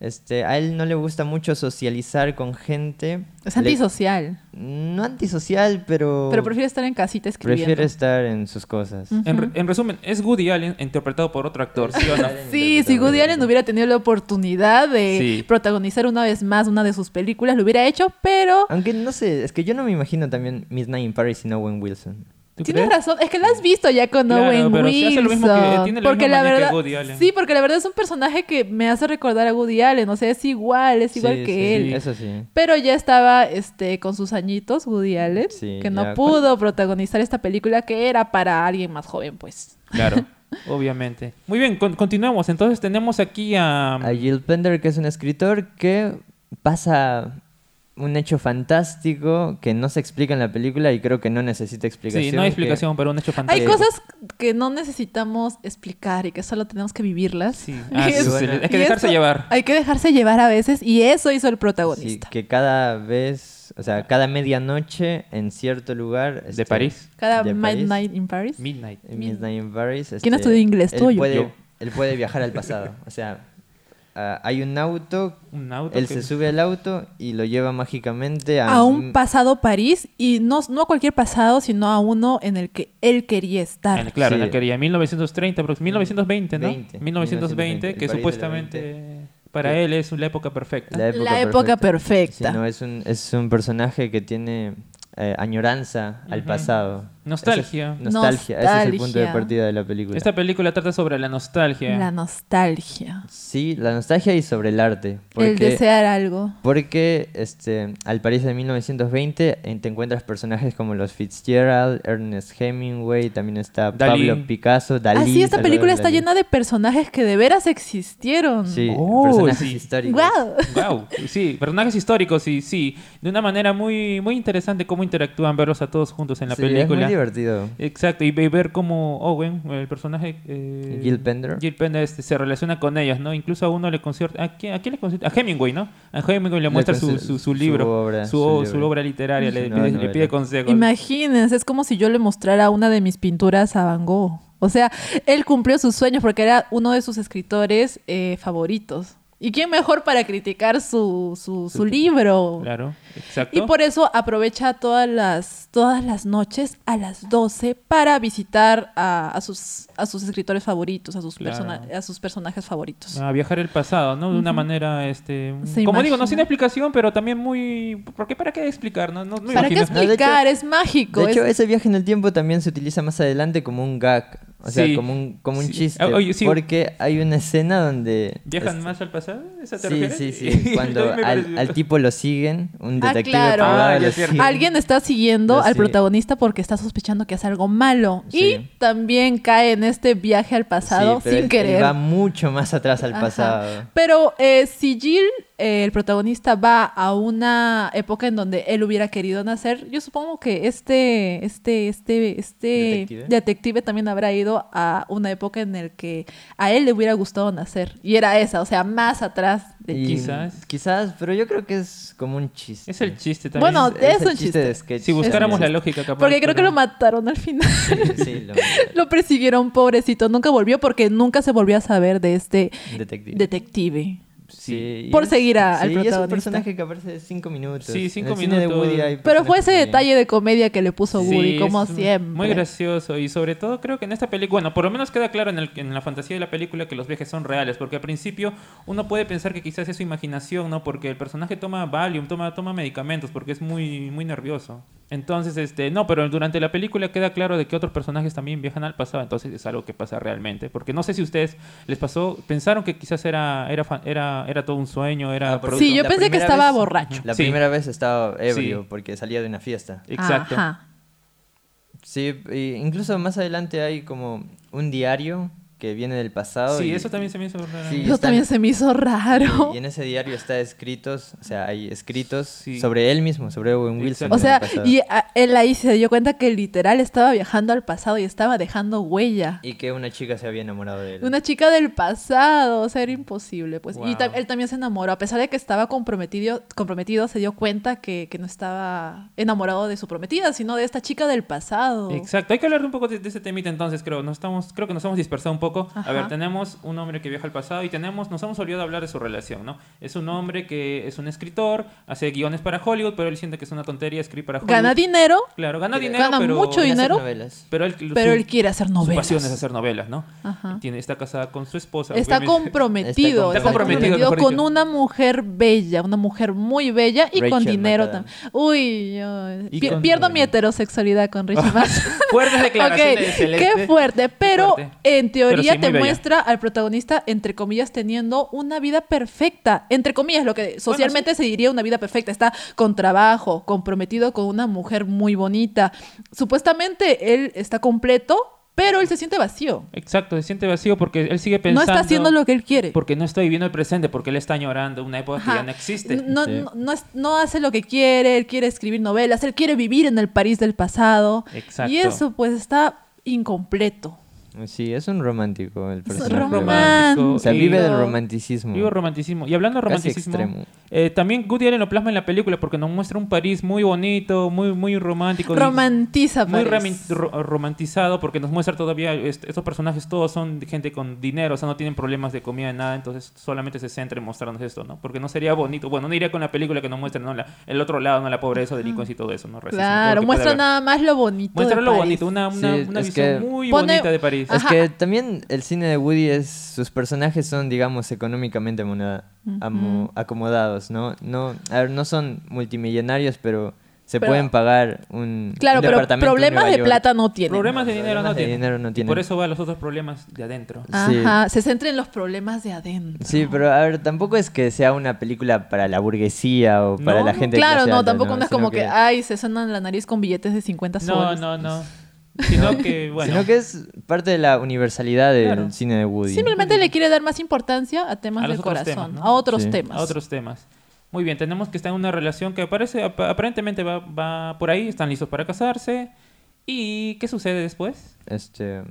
S3: este, a él no le gusta mucho socializar con gente.
S2: Es
S3: Le-
S2: antisocial,
S3: No antisocial, pero...
S1: Oh.
S2: pero prefiere estar en casita escribiendo.
S3: prefiere estar en sus cosas.
S1: En, re- en resumen, es Woody Allen interpretado por otro actor, ¿sí o no?
S2: Sí, si Woody Allen hubiera tenido la oportunidad de
S1: Sí.
S2: protagonizar una vez más una de sus películas, lo hubiera hecho, pero
S3: Aunque no sé, es que yo no me imagino también Midnight in Paris sin Owen Wilson.
S1: ¿Tú
S2: Tienes
S1: crees?
S2: razón, es que la has visto ya con
S1: Claro,
S2: Owen
S1: pero sí
S2: Wilson.
S1: hace lo mismo que- tiene la
S2: porque
S1: misma
S2: la
S1: manía que
S2: verdad,
S1: Woody Allen.
S2: sí, porque la verdad es un personaje que me hace recordar a Woody Allen, o sea, es igual, es igual
S3: Sí,
S2: que
S3: sí,
S2: él.
S3: sí, Eso sí.
S2: Pero ya estaba este con sus añitos
S1: Mm,
S2: Woody Allen,
S3: Sí,
S2: que no
S3: ya.
S2: pudo protagonizar esta película que era para alguien más joven, pues.
S1: Claro, obviamente. Muy bien, con- continuamos. Entonces tenemos aquí a...
S3: A Jill Pender, que es un escritor que pasa un hecho fantástico que no se explica en la película y creo que no necesita explicación.
S1: Sí, no hay
S3: que-
S1: explicación, pero un hecho
S2: Hay
S1: fantástico.
S2: cosas que no necesitamos explicar y que solo tenemos que vivirlas.
S1: Sí,
S2: Y
S1: ah, sí,
S2: eso-
S1: sí, hay que
S2: y
S1: dejarse
S2: eso-
S1: llevar.
S2: Hay que dejarse llevar a veces y eso hizo el
S3: sí,
S2: protagonista.
S3: que cada vez, o sea, cada medianoche en cierto lugar... este,
S1: París.
S2: Cada
S3: de París,
S2: Midnight in Paris.
S1: Midnight.
S3: en Midnight in Paris. este,
S2: ¿Quién estudió inglés, tú o
S3: él
S2: yo?
S3: puede,
S1: Yo.
S3: Él puede viajar al pasado. O sea, ah, hay un auto
S1: Un auto.
S3: Él
S1: que-
S3: se sube al auto y lo lleva mágicamente a,
S2: a un pasado París y no, no a cualquier pasado, sino a uno en el que él quería estar.
S1: En- claro, en
S3: Sí.
S1: la quería. 1930, aprox- 1920, ¿no?
S3: 20,
S1: 1920, que
S3: el París de la
S1: supuestamente para
S3: Sí.
S1: él es la época perfecta.
S3: La época
S2: la época perfecta.
S3: Sí, no, es, un, es un personaje que tiene eh, añoranza al
S1: Ujú.
S3: pasado.
S1: Nostalgia.
S3: Ese es- nostalgia. Ese es el punto de
S2: Nostalgia.
S3: partida de la película.
S1: Esta película trata sobre la nostalgia.
S2: La nostalgia.
S3: Sí, la nostalgia y sobre el arte. Porque,
S2: El desear algo.
S3: porque este, al París de 1920 en- eh, te encuentras personajes como los Fitzgerald, Ernest Hemingway, también está
S1: Dalí.
S3: Pablo Picasso, Dalí.
S2: Así, Ah, esta
S3: Salvador
S2: película está
S3: Dalí.
S2: llena de personajes que de veras existieron.
S3: Sí,
S1: Oh,
S3: personajes
S1: sí.
S3: históricos.
S2: ¡Guau!
S1: Wow, sí, personajes históricos y sí, de una manera muy muy interesante cómo interactúan verlos a todos juntos en la
S3: Sí,
S1: película.
S3: Es muy divertido.
S1: Exacto, y ve- ver cómo Owen, el personaje... eh,
S3: Gil Pender.
S1: Gil Pender este, se relaciona con ellos, ¿no? Incluso a uno le concierta... ¿A, quién- a quién le concierta? A Hemingway, ¿no? A Hemingway le
S3: Le
S1: muestra su,
S3: conci-
S1: su, su
S3: su
S1: libro, su
S3: obra,
S1: su
S3: su
S1: obra,
S3: libro.
S1: literaria, le,
S3: Una
S1: pide- le
S3: novela.
S1: pide consejos.
S2: Imagínense, es como si yo le mostrara una de mis pinturas a Van Gogh. O sea, él cumplió sus sueños porque era uno de sus escritores eh, favoritos. ¿Y quién mejor para criticar su, su, su libro?
S1: Claro, exacto.
S2: Y por eso aprovecha todas las, todas las noches a las 12 para visitar a, a sus, a sus escritores favoritos, a sus,
S1: Claro. Ah,
S2: persona- a sus personajes favoritos.
S1: A viajar el pasado, ¿no? De una manera, este...
S2: Se
S1: como digo, no
S2: imagina.
S1: sin explicación, pero también muy... Porque para qué explicar, ¿no? No, no
S2: ¿Para qué
S1: imaginas-
S3: No, de hecho-
S2: explicar? es mágico.
S3: De hecho,
S2: es-
S3: ese viaje en el tiempo también se utiliza más adelante como un gag. O O sea,
S1: Sí.
S3: como un, como un
S1: Sí.
S3: chiste.
S1: Ah, oye, sí.
S3: Porque hay una escena donde...
S1: ¿Viajan
S3: este,
S1: más al pasado? ¿Esa te
S3: Sí,
S1: refieres?
S3: sí, sí. Cuando
S1: Me
S3: al,
S1: pareció-
S3: al tipo lo siguen, un
S2: Ah,
S3: detective
S2: claro.
S3: privado
S1: Ah, ya
S3: lo
S1: es cierto.
S3: sigue.
S2: Alguien está siguiendo
S3: Yo
S2: al
S3: sí.
S2: protagonista porque está sospechando que hace algo malo.
S3: Sí.
S2: Y también cae en este viaje al pasado
S3: Sí, pero
S2: sin
S3: él- él
S2: querer.
S3: va mucho más atrás al
S2: Ajá.
S3: pasado.
S2: Pero eh, si Jill, eh, el protagonista, va a una época en donde él hubiera querido nacer, yo supongo que este, este, este, este
S3: Detective.
S2: detective también habrá ido a una época en la que a él le hubiera gustado nacer. Y era esa, o sea, más atrás de Jill.
S3: Y
S1: Eh, Quizás.
S3: Quizás, pero yo creo que es como un chiste.
S1: Es el chiste también.
S2: Bueno,
S3: Es
S2: es
S3: el
S2: un chiste.
S3: de sketch.
S1: si buscáramos la
S3: también.
S1: lógica, capaz.
S2: Porque creo que
S1: pero-
S2: lo mataron al final.
S3: Sí, lo-
S2: Lo persiguieron, pobrecito. Nunca volvió porque nunca se volvió a saber de este
S3: detective.
S2: detective.
S3: Sí, y
S2: Por
S3: es-
S2: seguir a- al
S3: sí, y es un
S2: protagonista.
S3: personaje que aparece de cinco minutos.
S1: Sí, cinco
S3: En el cine de
S1: minutos.
S3: Woody hay
S2: Pero fue
S3: personajes
S2: ese
S3: que-
S2: detalle de comedia que le puso
S1: Sí,
S2: Woody, como
S1: es un-
S2: siempre.
S1: Muy gracioso y sobre todo creo que en esta película, bueno, por lo menos queda claro en, el- en la fantasía de la película que los viajes son reales, porque al principio uno puede pensar que quizás es su imaginación, ¿no? Porque el personaje toma Valium, toma, toma medicamentos porque es muy, muy nervioso. Entonces, este, no, pero durante la película queda claro de que otros personajes también viajan al pasado, entonces es algo que pasa realmente, porque no sé si a ustedes les pasó, pensaron que quizás era era fan- era, era todo un sueño, era
S3: Ah, porque
S2: Sí, yo
S3: la
S2: pensé que
S3: primera
S2: estaba
S3: vez-
S2: borracho.
S3: La
S1: Sí.
S3: primera vez estaba ebrio
S1: Sí.
S3: porque salía de una fiesta.
S1: exacto.
S2: Ajá.
S3: Sí, e incluso más adelante hay como un diario que viene del pasado.
S1: Sí,
S3: y-
S1: eso también se me hizo raro.
S3: Sí. Y
S2: Eso
S3: están-
S2: también se me hizo raro.
S3: Y en ese diario está escritos, o sea, hay escritos
S1: Sí.
S3: sobre él mismo, sobre Owen
S2: O
S1: Exacto.
S3: Wilson. en el
S2: sea,
S3: pasado.
S2: y a- él ahí se dio cuenta que literal estaba viajando al pasado y estaba dejando huella.
S3: Y que una chica se había enamorado de él.
S2: Una chica del pasado, o sea, era imposible, pues. Y ta-
S1: Wow.
S2: él también se enamoró, a pesar de que estaba comprometido, comprometido se dio cuenta que, que no estaba enamorado de su prometida, sino de esta chica del pasado.
S1: Exacto, hay que hablar un poco de, de ese temita entonces, creo. Nos estamos, creo que nos hemos dispersado un poco.
S2: Ajá.
S1: A ver, tenemos un hombre que viaja al pasado y tenemos, nos hemos olvidado de hablar de su relación, ¿no? Es un hombre que es un escritor, hace guiones para Hollywood, pero él siente que es una tontería escribir para Hollywood.
S2: Gana dinero,
S1: Claro, gana dinero,
S2: Gana
S1: pero...
S2: mucho
S3: En esas
S2: dinero.
S3: novelas.
S1: Pero él,
S2: pero
S1: su-
S2: él quiere hacer
S1: su
S2: novelas.
S1: pasión es hacer novelas, ¿no?
S2: Ajá.
S1: Tiene, está casada con su esposa.
S2: Está
S1: obviamente.
S2: comprometido,
S3: Está
S2: está comprometido,
S1: comprometido, mejor
S2: con
S1: dicho.
S2: una mujer bella, una mujer muy bella y con
S3: Rachel
S2: dinero
S3: McAdams.
S2: también. Uy, yo-
S1: Y
S2: pi-
S1: con-
S2: pierdo mi heterosexualidad con Richie Mas.
S1: Fuertes declaraciones de
S2: Ok,
S1: Celeste.
S2: qué fuerte, pero
S1: fuerte.
S2: en teoría
S1: sí, muy
S2: te
S1: bella.
S2: muestra al protagonista, entre comillas, teniendo una vida perfecta, entre comillas, lo que socialmente se diría una vida perfecta, está con trabajo, comprometido con una mujer muy bonita, supuestamente él está completo, pero él se siente vacío,
S1: Exacto, se siente vacío porque él sigue
S2: no
S1: pensando...
S2: está haciendo lo que él quiere.
S1: Porque no está viviendo el presente, porque él está añorando una época
S2: Ajá.
S1: que ya no existe.
S2: No,
S3: Sí.
S2: no, no es- no hace lo que quiere, él quiere escribir novelas, él quiere vivir en el París del pasado.
S1: Exacto.
S2: Y eso pues está incompleto.
S3: Sí, es un romántico el
S2: Es
S3: personaje.
S2: romántico.
S3: O sea, vive del
S2: romántico.
S3: romanticismo.
S1: Vivo romanticismo. Y hablando de
S3: Mm. Casi
S1: romanticismo,
S3: extremo.
S1: eh, también Woody Allen lo plasma en la película porque nos muestra un París muy bonito, muy, muy romántico. y
S2: Romantiza pues.
S1: Muy
S2: París.
S1: rami- ro- romantizado porque nos muestra todavía est- estos personajes todos son gente con dinero, o sea, no tienen problemas de comida, nada, entonces solamente se centra en mostrarnos esto, ¿no? Porque no sería bonito, bueno, no iría con la película que nos muestra ¿no? La- el otro lado, ¿no? La pobreza, delincuencia y todo eso, ¿no? Racismo, todo lo
S2: Claro,
S1: pues, que
S2: muestra
S1: puede haber.
S2: nada más lo bonito. de
S1: Muestra lo
S2: París.
S1: bonito, una, una,
S3: Sí,
S1: una
S3: es
S1: visión
S3: que-
S1: muy
S2: Pone-
S1: bonita de París.
S3: Es
S2: Ajá.
S3: que también el cine de Woody es sus personajes son digamos económicamente amona- amo- acomodados, ¿no? No, a ver, no son multimillonarios, pero se
S2: Pero-
S3: pueden pagar un
S2: Claro,
S3: un
S2: pero
S3: departamento en
S2: problemas
S3: Nueva
S2: de
S3: York.
S2: plata no tiene.
S1: Problemas de dinero
S3: Problemas
S1: no
S3: de
S1: tiene.
S3: dinero no
S1: Y
S3: tiene.
S1: por eso va a los otros problemas de adentro.
S3: Sí.
S2: Ajá, se centra en los problemas de adentro.
S3: Sí, pero a ver, tampoco es que sea una película para la burguesía o para
S1: No,
S3: la gente de
S2: claro,
S3: clase
S2: no,
S3: alta,
S2: tampoco no es
S3: Sino
S2: como que, ah, ay, se suenan la nariz con billetes de 50
S1: No,
S2: soles.
S1: no, no. Sino que, bueno.
S3: Sino que es parte de la universalidad del
S1: Claro.
S3: cine de Woody.
S2: Simplemente le quiere dar más importancia a temas
S1: A los
S2: del
S1: otros
S2: corazón,
S1: temas, ¿no?
S2: a otros
S3: Sí.
S2: temas.
S1: A otros temas. Muy bien, tenemos que estar en una relación que parece, ap- aparentemente va, va por ahí, están listos para casarse. ¿Y qué sucede después?
S3: Este,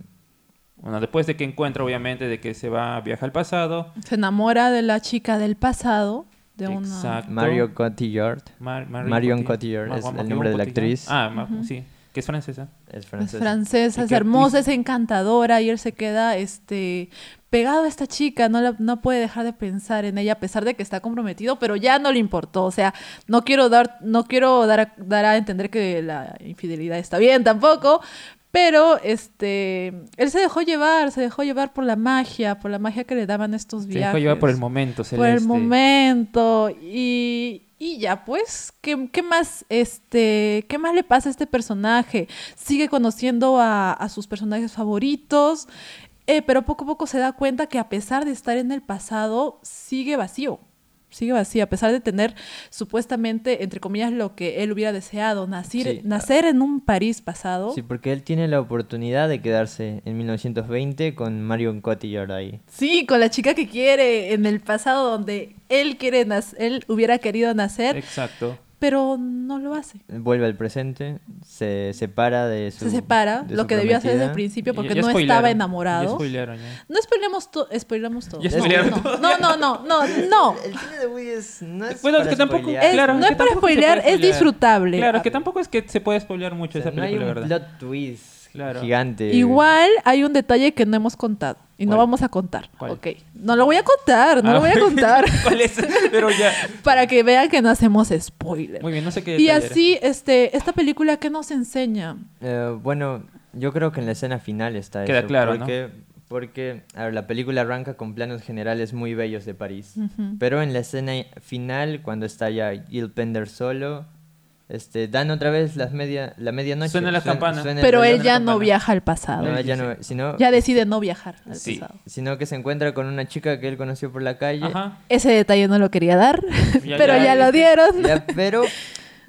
S1: Bueno, después de que encuentra, obviamente, de que se va a viajar al pasado.
S2: Se enamora de la chica del pasado, de una...
S1: Exacto.
S3: Mario Cotillard
S1: Mar-
S3: Marion Cotillard
S1: Ma-
S3: es
S1: Ma-
S3: el
S1: Marion
S3: nombre de la
S1: Cotillard.
S3: actriz.
S1: Ah, ma- sí, que es francesa.
S3: es
S2: Es
S3: francés.
S2: francesa,
S1: Y
S2: es
S1: que-
S2: hermosa, es encantadora y él se queda este pegado a esta chica, no, la- no puede dejar de pensar en ella a pesar de que está comprometido, pero ya no le importó, o sea, no quiero dar no quiero dar a, dar a entender que la infidelidad está bien tampoco, Pero este, él se dejó llevar, se dejó llevar por la magia, por la magia que le daban estos
S1: Se
S2: viajes.
S1: dejó llevar por el momento, este,
S2: Por el
S1: Celeste.
S2: momento. Y, y ya, pues, ¿qué, qué más, este, ¿qué más le pasa a este personaje? Sigue conociendo a, a sus personajes favoritos, eh, pero poco a poco se da cuenta que a pesar de estar en el pasado, sigue vacío. Sigue vacío, a pesar de tener supuestamente, entre comillas, lo que él hubiera deseado, nacer,
S3: Sí, ah.
S2: nacer en un París pasado.
S3: Sí, porque él tiene la oportunidad de quedarse en 1920 con Marion Cotillard ahí.
S2: Sí, con la chica que quiere en el pasado donde él quiere nac- él hubiera querido nacer,
S1: Exacto.
S2: pero no lo hace.
S3: Vuelve al presente, se separa de su.
S2: Se separa,
S3: de
S2: lo
S3: su
S2: que debió hacer desde el
S3: prometida.
S2: principio porque
S1: Ya- ya
S2: no
S1: spoilearon,
S2: estaba
S1: Ya
S2: enamorado.
S1: spoilearon, ya.
S2: No spoilemos todo, spoilamos todo.
S1: Ya
S2: No,
S1: spoilearon
S2: no,
S1: todo.
S2: no, no, no, no, no.
S3: El cine de Woody es, no es
S1: Bueno, es
S3: para
S1: que tampoco-
S3: spoilear.
S2: Es-
S1: Claro,
S2: no
S1: que
S2: es para
S1: tampoco se
S2: spoilear,
S1: puede
S2: es
S1: spoilear.
S2: disfrutable.
S1: Claro, que tampoco es que se puede spoilear
S3: O
S1: mucho
S3: sea,
S1: esa
S3: no hay
S1: película,
S3: un
S1: ¿verdad?
S3: plot twist
S1: Claro.
S3: gigante.
S2: Igual hay un detalle que no hemos contado y no
S1: Eh. ¿Cuál?
S2: vamos a contar.
S1: ¿Cuál?
S2: Ok, no lo voy a contar, no
S1: Ah,
S2: lo voy a contar
S1: ¿Cuál es? Pero ya.
S2: para que vean que no hacemos spoiler.
S1: Muy bien, no sé qué
S2: Y
S1: detalle era.
S2: así, este, esta película que nos enseña.
S3: Eh, bueno, yo creo que en la escena final está
S1: Queda
S3: eso,
S1: claro, ¿no?
S3: porque, Porque, a ver, la película arranca con planos generales muy bellos de París. Pero en la escena i- final, cuando está ya Gil Pender solo, este, dan otra vez las media, la medianoche.
S1: Suena la campana.
S3: el
S2: Pero
S3: reloj.
S2: él ya no
S1: campana.
S2: viaja al pasado.
S3: No, ella no- sino,
S2: Ya decide no viajar al
S1: Sí.
S2: pasado.
S3: sino que se encuentra con una chica que él conoció por la calle.
S1: Ajá.
S2: Ese detalle no lo quería dar,
S1: Ya,
S2: pero
S1: ya,
S2: ya,
S1: ya.
S2: lo dieron.
S3: Ya, pero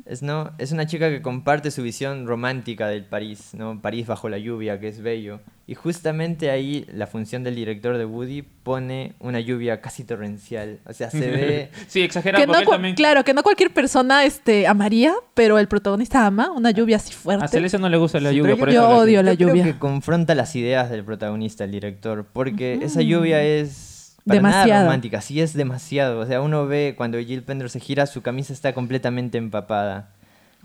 S3: es, no, es una chica que comparte su visión romántica del París, ¿no? París bajo la lluvia, que es bello. Y justamente ahí la función del director de Woody pone una lluvia casi torrencial. O sea, se ve...
S1: Sí, exagerado,
S2: Que no
S1: porque él
S2: cua-
S1: también.
S2: claro, que no cualquier persona este, amaría, pero el protagonista ama una lluvia así
S1: A
S2: fuerte.
S1: Celeste no le gusta la
S3: Sí,
S1: lluvia,
S3: pero
S1: por
S2: yo
S1: eso. la-
S2: odio.
S3: yo
S2: la
S3: creo
S2: lluvia.
S3: que confronta las ideas del protagonista, el director, porque esa lluvia es... para
S2: Demasiado.
S3: Nada romántica, sí es demasiado. O sea, uno ve cuando Jill Pender se gira, su camisa está completamente empapada.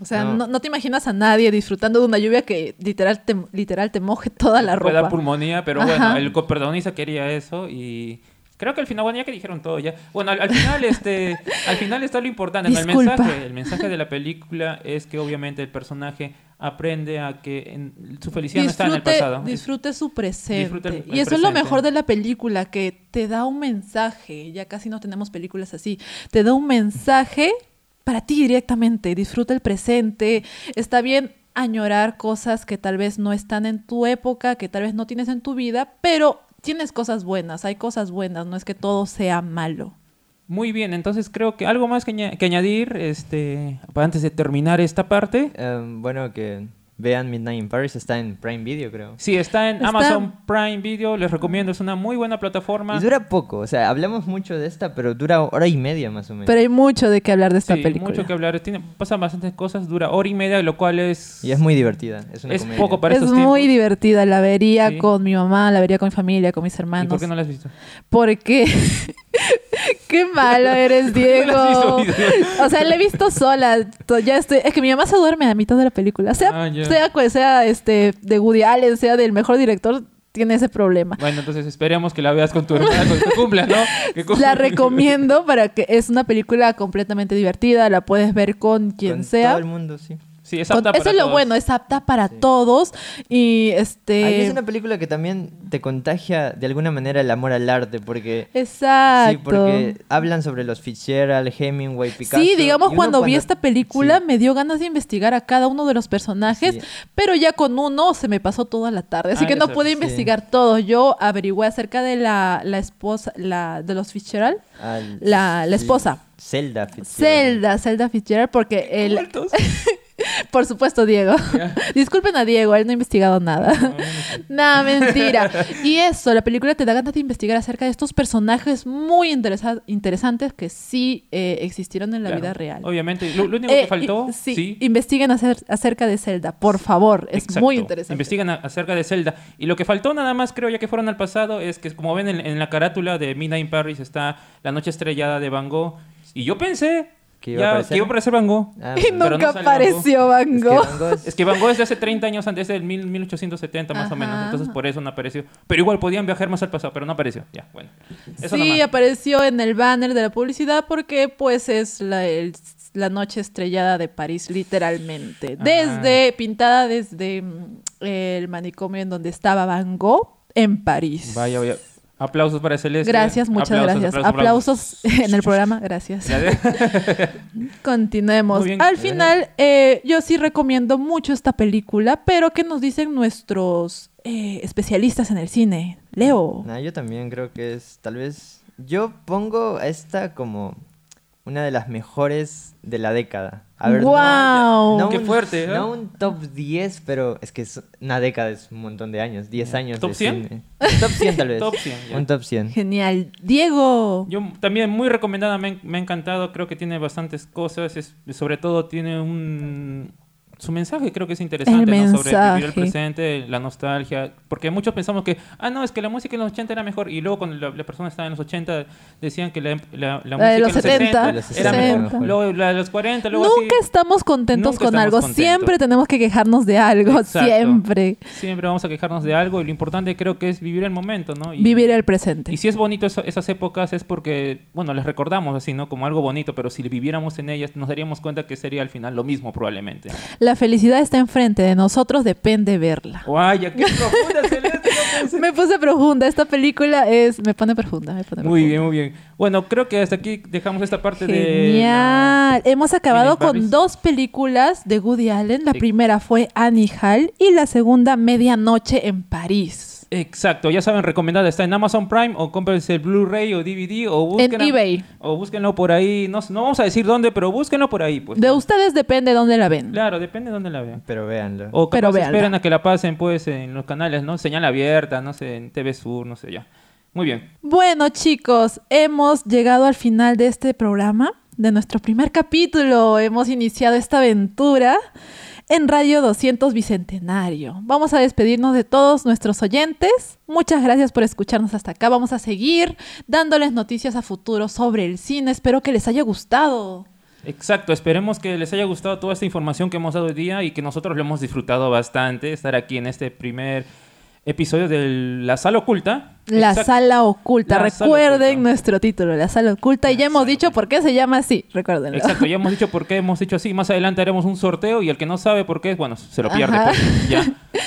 S2: O sea,
S3: No.
S2: no. no te imaginas a nadie disfrutando de una lluvia que literal te, literal te moje toda la
S1: Puede dar
S2: ropa.
S1: pulmonía, pero
S2: Ajá.
S1: bueno, el coprotagonista quería eso y. Creo que al final, bueno, ya que dijeron todo ya. Bueno, al, al final este, al final está lo importante, ¿no? el
S2: Disculpa.
S1: mensaje, el mensaje de la película es que obviamente el personaje aprende a que en- su felicidad no está en el
S2: Disfrute,
S1: pasado.
S2: disfrute su presente.
S1: Disfruta el- el
S2: y eso es lo
S1: presente.
S2: mejor de la película, que te da un mensaje. Ya casi no tenemos películas así. Te da un mensaje para ti directamente. Disfruta el presente. Está bien añorar cosas que tal vez no están en tu época, que tal vez no tienes en tu vida, pero tienes cosas buenas. Hay cosas buenas. No es que todo sea malo.
S1: Muy bien, entonces creo que algo más que, aña- que añadir este, para antes de terminar esta parte.
S3: Eh, bueno, que vean Midnight in Paris, está en Prime Video, creo.
S1: Sí, está en
S2: Está-
S1: Amazon Prime Video, les recomiendo, es una muy buena plataforma.
S3: Y dura poco, o sea, hablamos mucho de esta, pero dura hora y media más o menos.
S2: Pero hay mucho de qué hablar de esta
S1: Sí,
S2: película.
S1: mucho que hablar, Tiene, pasan bastantes cosas, dura hora y media, lo cual es...
S3: Y es muy divertida, es una
S1: Es
S3: comedia.
S1: poco para
S2: es
S1: estos
S2: muy
S1: tiempos.
S2: divertida, la vería
S1: Sí.
S2: con mi mamá, la vería con mi familia, con mis
S1: ¿Y
S2: hermanos.
S1: por qué no la has visto?
S2: Porque. Qué malo eres, Diego.
S1: No las hizo,
S2: o sea, la he visto sola. To- Ya estoy... Es que mi mamá se duerme a mitad de la película. Sea,
S1: Ah, ya.
S2: sea cual sea este, de Woody Allen, sea del mejor director, tiene ese problema.
S1: Bueno, entonces esperemos que la veas con tu hermana, con- que cumpla, ¿no? Que cumpla.
S2: La recomiendo para que es una película completamente divertida, la puedes ver con quien
S3: Con
S2: sea.
S3: Todo el mundo, sí.
S1: Sí, es
S2: Con-
S1: apta
S2: Eso
S1: para
S2: es lo
S1: todos.
S2: bueno, es apta para todos y este
S3: Ahí es una película que también te contagia de alguna manera el amor al arte, porque...
S2: Exacto.
S3: Sí, porque hablan sobre los Fitzgerald, Hemingway, Picasso.
S2: Sí,
S3: y
S2: digamos,
S3: uno
S2: cuando, vi esta película me dio ganas de investigar a cada uno de los personajes,
S3: Sí.
S2: pero ya con uno se me pasó toda la tarde, así
S1: Ah,
S2: que no
S1: eso,
S2: pude
S1: sí.
S2: investigar todos. Yo averigué acerca de la, la esposa, la, de los Fitzgerald,
S3: al-
S2: la- la esposa.
S3: Zelda Fitzgerald.
S2: Zelda, Zelda Fitzgerald, porque él,
S1: Muertos.
S2: por supuesto, Diego.
S1: Ya.
S2: Disculpen a Diego, él no ha investigado nada. Nada, mentira. Y eso, la película te da ganas de investigar acerca de estos personajes muy interesa- interesantes que sí eh, existieron en la
S1: Claro.
S2: vida real.
S1: Obviamente, lo, lo único
S2: Eh,
S1: que faltó,
S2: y- sí,
S1: sí,
S2: investiguen acer- acerca de Zelda, por favor, es
S1: Exacto.
S2: muy interesante.
S1: Investigan a- acerca de Zelda. Y lo que faltó nada más, creo, ya que fueron al pasado, es que como ven en, en la carátula de Midnight in Paris está La Noche Estrellada de Van Gogh. Y yo pensé que
S3: Que iba a
S1: iba,
S3: aparecer.
S1: que iba a aparecer Van Gogh.
S3: Ah,
S2: y
S3: pero
S1: no
S2: nunca
S1: sale
S2: apareció Van
S3: es que
S2: Gogh.
S3: Van Gogh es-
S1: Es que Van Gogh es de hace 30 años antes, es del mil- 1870 más o menos.
S2: Ajá.
S1: Entonces por eso no apareció. Pero igual podían viajar más al pasado, pero no apareció. Ya, bueno. Eso
S2: sí,
S1: nomás.
S2: apareció en el banner de la publicidad porque pues es la, el- la noche estrellada de París, literalmente.
S1: Ah.
S2: Desde, pintada desde mm, el manicomio en donde estaba Van Gogh en París.
S1: Vaya, vaya. Aplausos para Celeste.
S2: Gracias, muchas
S1: Aplausos,
S2: gracias.
S1: aplausos,
S2: Aplausos, en el programa, gracias.
S1: aplausos.
S2: Continuemos.
S1: Muy bien.
S2: Al final, eh, yo sí recomiendo mucho esta película, pero ¿qué nos dicen nuestros eh, especialistas en el cine? Leo.
S3: Nah, yo también creo que es, tal vez, yo pongo a esta como una de las mejores de la década. A ver, no-
S2: ¡Guau!
S1: Qué
S3: un-
S1: fuerte, ¿eh?
S3: No un top 10, pero es que es una década es un montón de años, 10 años.
S1: ¿Top
S3: de
S1: 100?
S3: cine. Top 100 tal vez.
S1: Top 100, ya.
S3: Un top 100.
S2: Genial. Diego.
S1: Yo también muy recomendada, me, ha- me ha encantado, creo que tiene bastantes cosas, es- sobre todo tiene un... Su mensaje creo que es interesante,
S2: El
S1: ¿no? Sobre vivir el
S2: mensaje.
S1: presente, la nostalgia, porque muchos pensamos que, ah, no, es que la música en los 80 era mejor, y luego cuando la, la persona estaba en los 80 decían que la, la-
S2: La
S1: la
S2: de
S1: música
S2: los 70,
S1: en los 70 era
S2: 60.
S1: mejor, luego la de los 40, luego
S2: Nunca
S1: así,
S2: estamos contentos
S1: Nunca
S2: con
S1: estamos
S2: algo.
S1: contentos.
S2: Siempre tenemos que quejarnos de algo.
S1: Exacto.
S2: Siempre.
S1: siempre vamos a quejarnos de algo, y lo importante creo que es vivir el momento, ¿no? Y-
S2: Vivir el presente.
S1: Y si es bonito eso- esas épocas es porque, bueno, las recordamos así, ¿no? Como algo bonito, pero si viviéramos en ellas nos daríamos cuenta que sería al final lo mismo probablemente.
S2: La felicidad está enfrente de nosotros, depende verla.
S1: ¡Guaya, qué profunda, Celeste! no puede ser.
S2: Me puse profunda. Esta película es. Me pone profunda. Me pone
S1: Muy
S2: profunda.
S1: bien, muy bien. Bueno, creo que hasta aquí dejamos esta parte de... la-
S2: Genial. Hemos acabado
S1: Midnight Paris.
S2: con dos películas de Woody Allen. La
S1: Sí.
S2: primera fue Annie Hall y la segunda Medianoche en París.
S1: Exacto, ya saben, recomendada está en Amazon Prime o cómprense el Blu-ray o DVD o búsquenla-
S2: eBay.
S1: O búsquenlo por ahí, no, no vamos a decir dónde, pero búsquenlo por ahí, pues.
S2: De ustedes depende dónde la ven.
S1: Claro, depende de dónde la vean.
S3: Pero véanlo.
S1: O
S2: Pero
S1: capaz
S2: véanla.
S1: esperan a que la pasen pues en los canales, ¿no? Señal abierta, no sé, en TV Sur, no sé ya. Muy bien.
S2: Bueno, chicos, hemos llegado al final de este programa, de nuestro primer capítulo. Hemos iniciado esta aventura en Radio 200 Bicentenario. Vamos a despedirnos de todos nuestros oyentes. Muchas gracias por escucharnos hasta acá. Vamos a seguir dándoles noticias a futuro sobre el cine. Espero que les haya gustado.
S1: Exacto, esperemos que les haya gustado toda esta información que hemos dado hoy día y que nosotros lo hemos disfrutado bastante estar aquí en este primer episodio de La Sala Oculta.
S2: La
S1: Exacto.
S2: sala oculta.
S1: La sala
S2: Recuerden
S1: oculta.
S2: nuestro título, la sala oculta. y ya hemos
S1: sala
S2: dicho por qué se llama así. Recuérdenlo.
S1: Exacto, ya hemos dicho por qué hemos dicho así. Más adelante haremos un sorteo y el que no sabe por qué, bueno, se lo pierde.
S2: Ajá.
S1: pues, ya,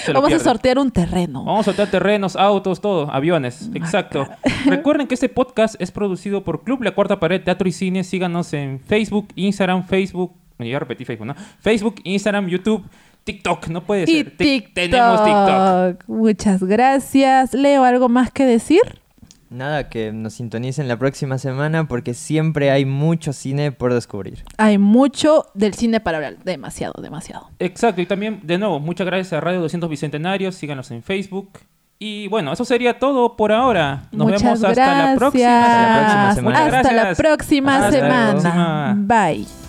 S1: se lo
S2: Vamos
S1: pierde.
S2: a sortear un terreno.
S1: Vamos a soltar terrenos, autos, todo,
S2: Ah,
S1: aviones. Exacto. Recuerden que este podcast es producido por Club La Cuarta Pared Teatro y Cine. Síganos en Facebook, Instagram, Facebook. Bueno, ya repetí Facebook, ¿no? Facebook, Instagram, YouTube, TikTok. No puede
S2: Y
S1: ser. Tic-
S2: TikTok.
S1: Tenemos TikTok.
S2: Muchas gracias. Leo, ¿algo más que decir?
S3: Nada, que nos sintonicen la próxima semana porque siempre hay mucho cine por descubrir.
S2: Hay mucho del cine para hablar. Demasiado, demasiado.
S1: Exacto. Y también, de nuevo, muchas gracias a Radio 200 Bicentenario. Síganos en Facebook. Y bueno, eso sería todo por ahora. Nos
S2: Muchas
S1: vemos hasta
S2: gracias.
S1: la próxima.
S3: Hasta la próxima semana.
S2: Hasta la
S1: Gracias.
S2: próxima
S1: Hasta la
S2: semana.
S1: próxima.
S2: Bye.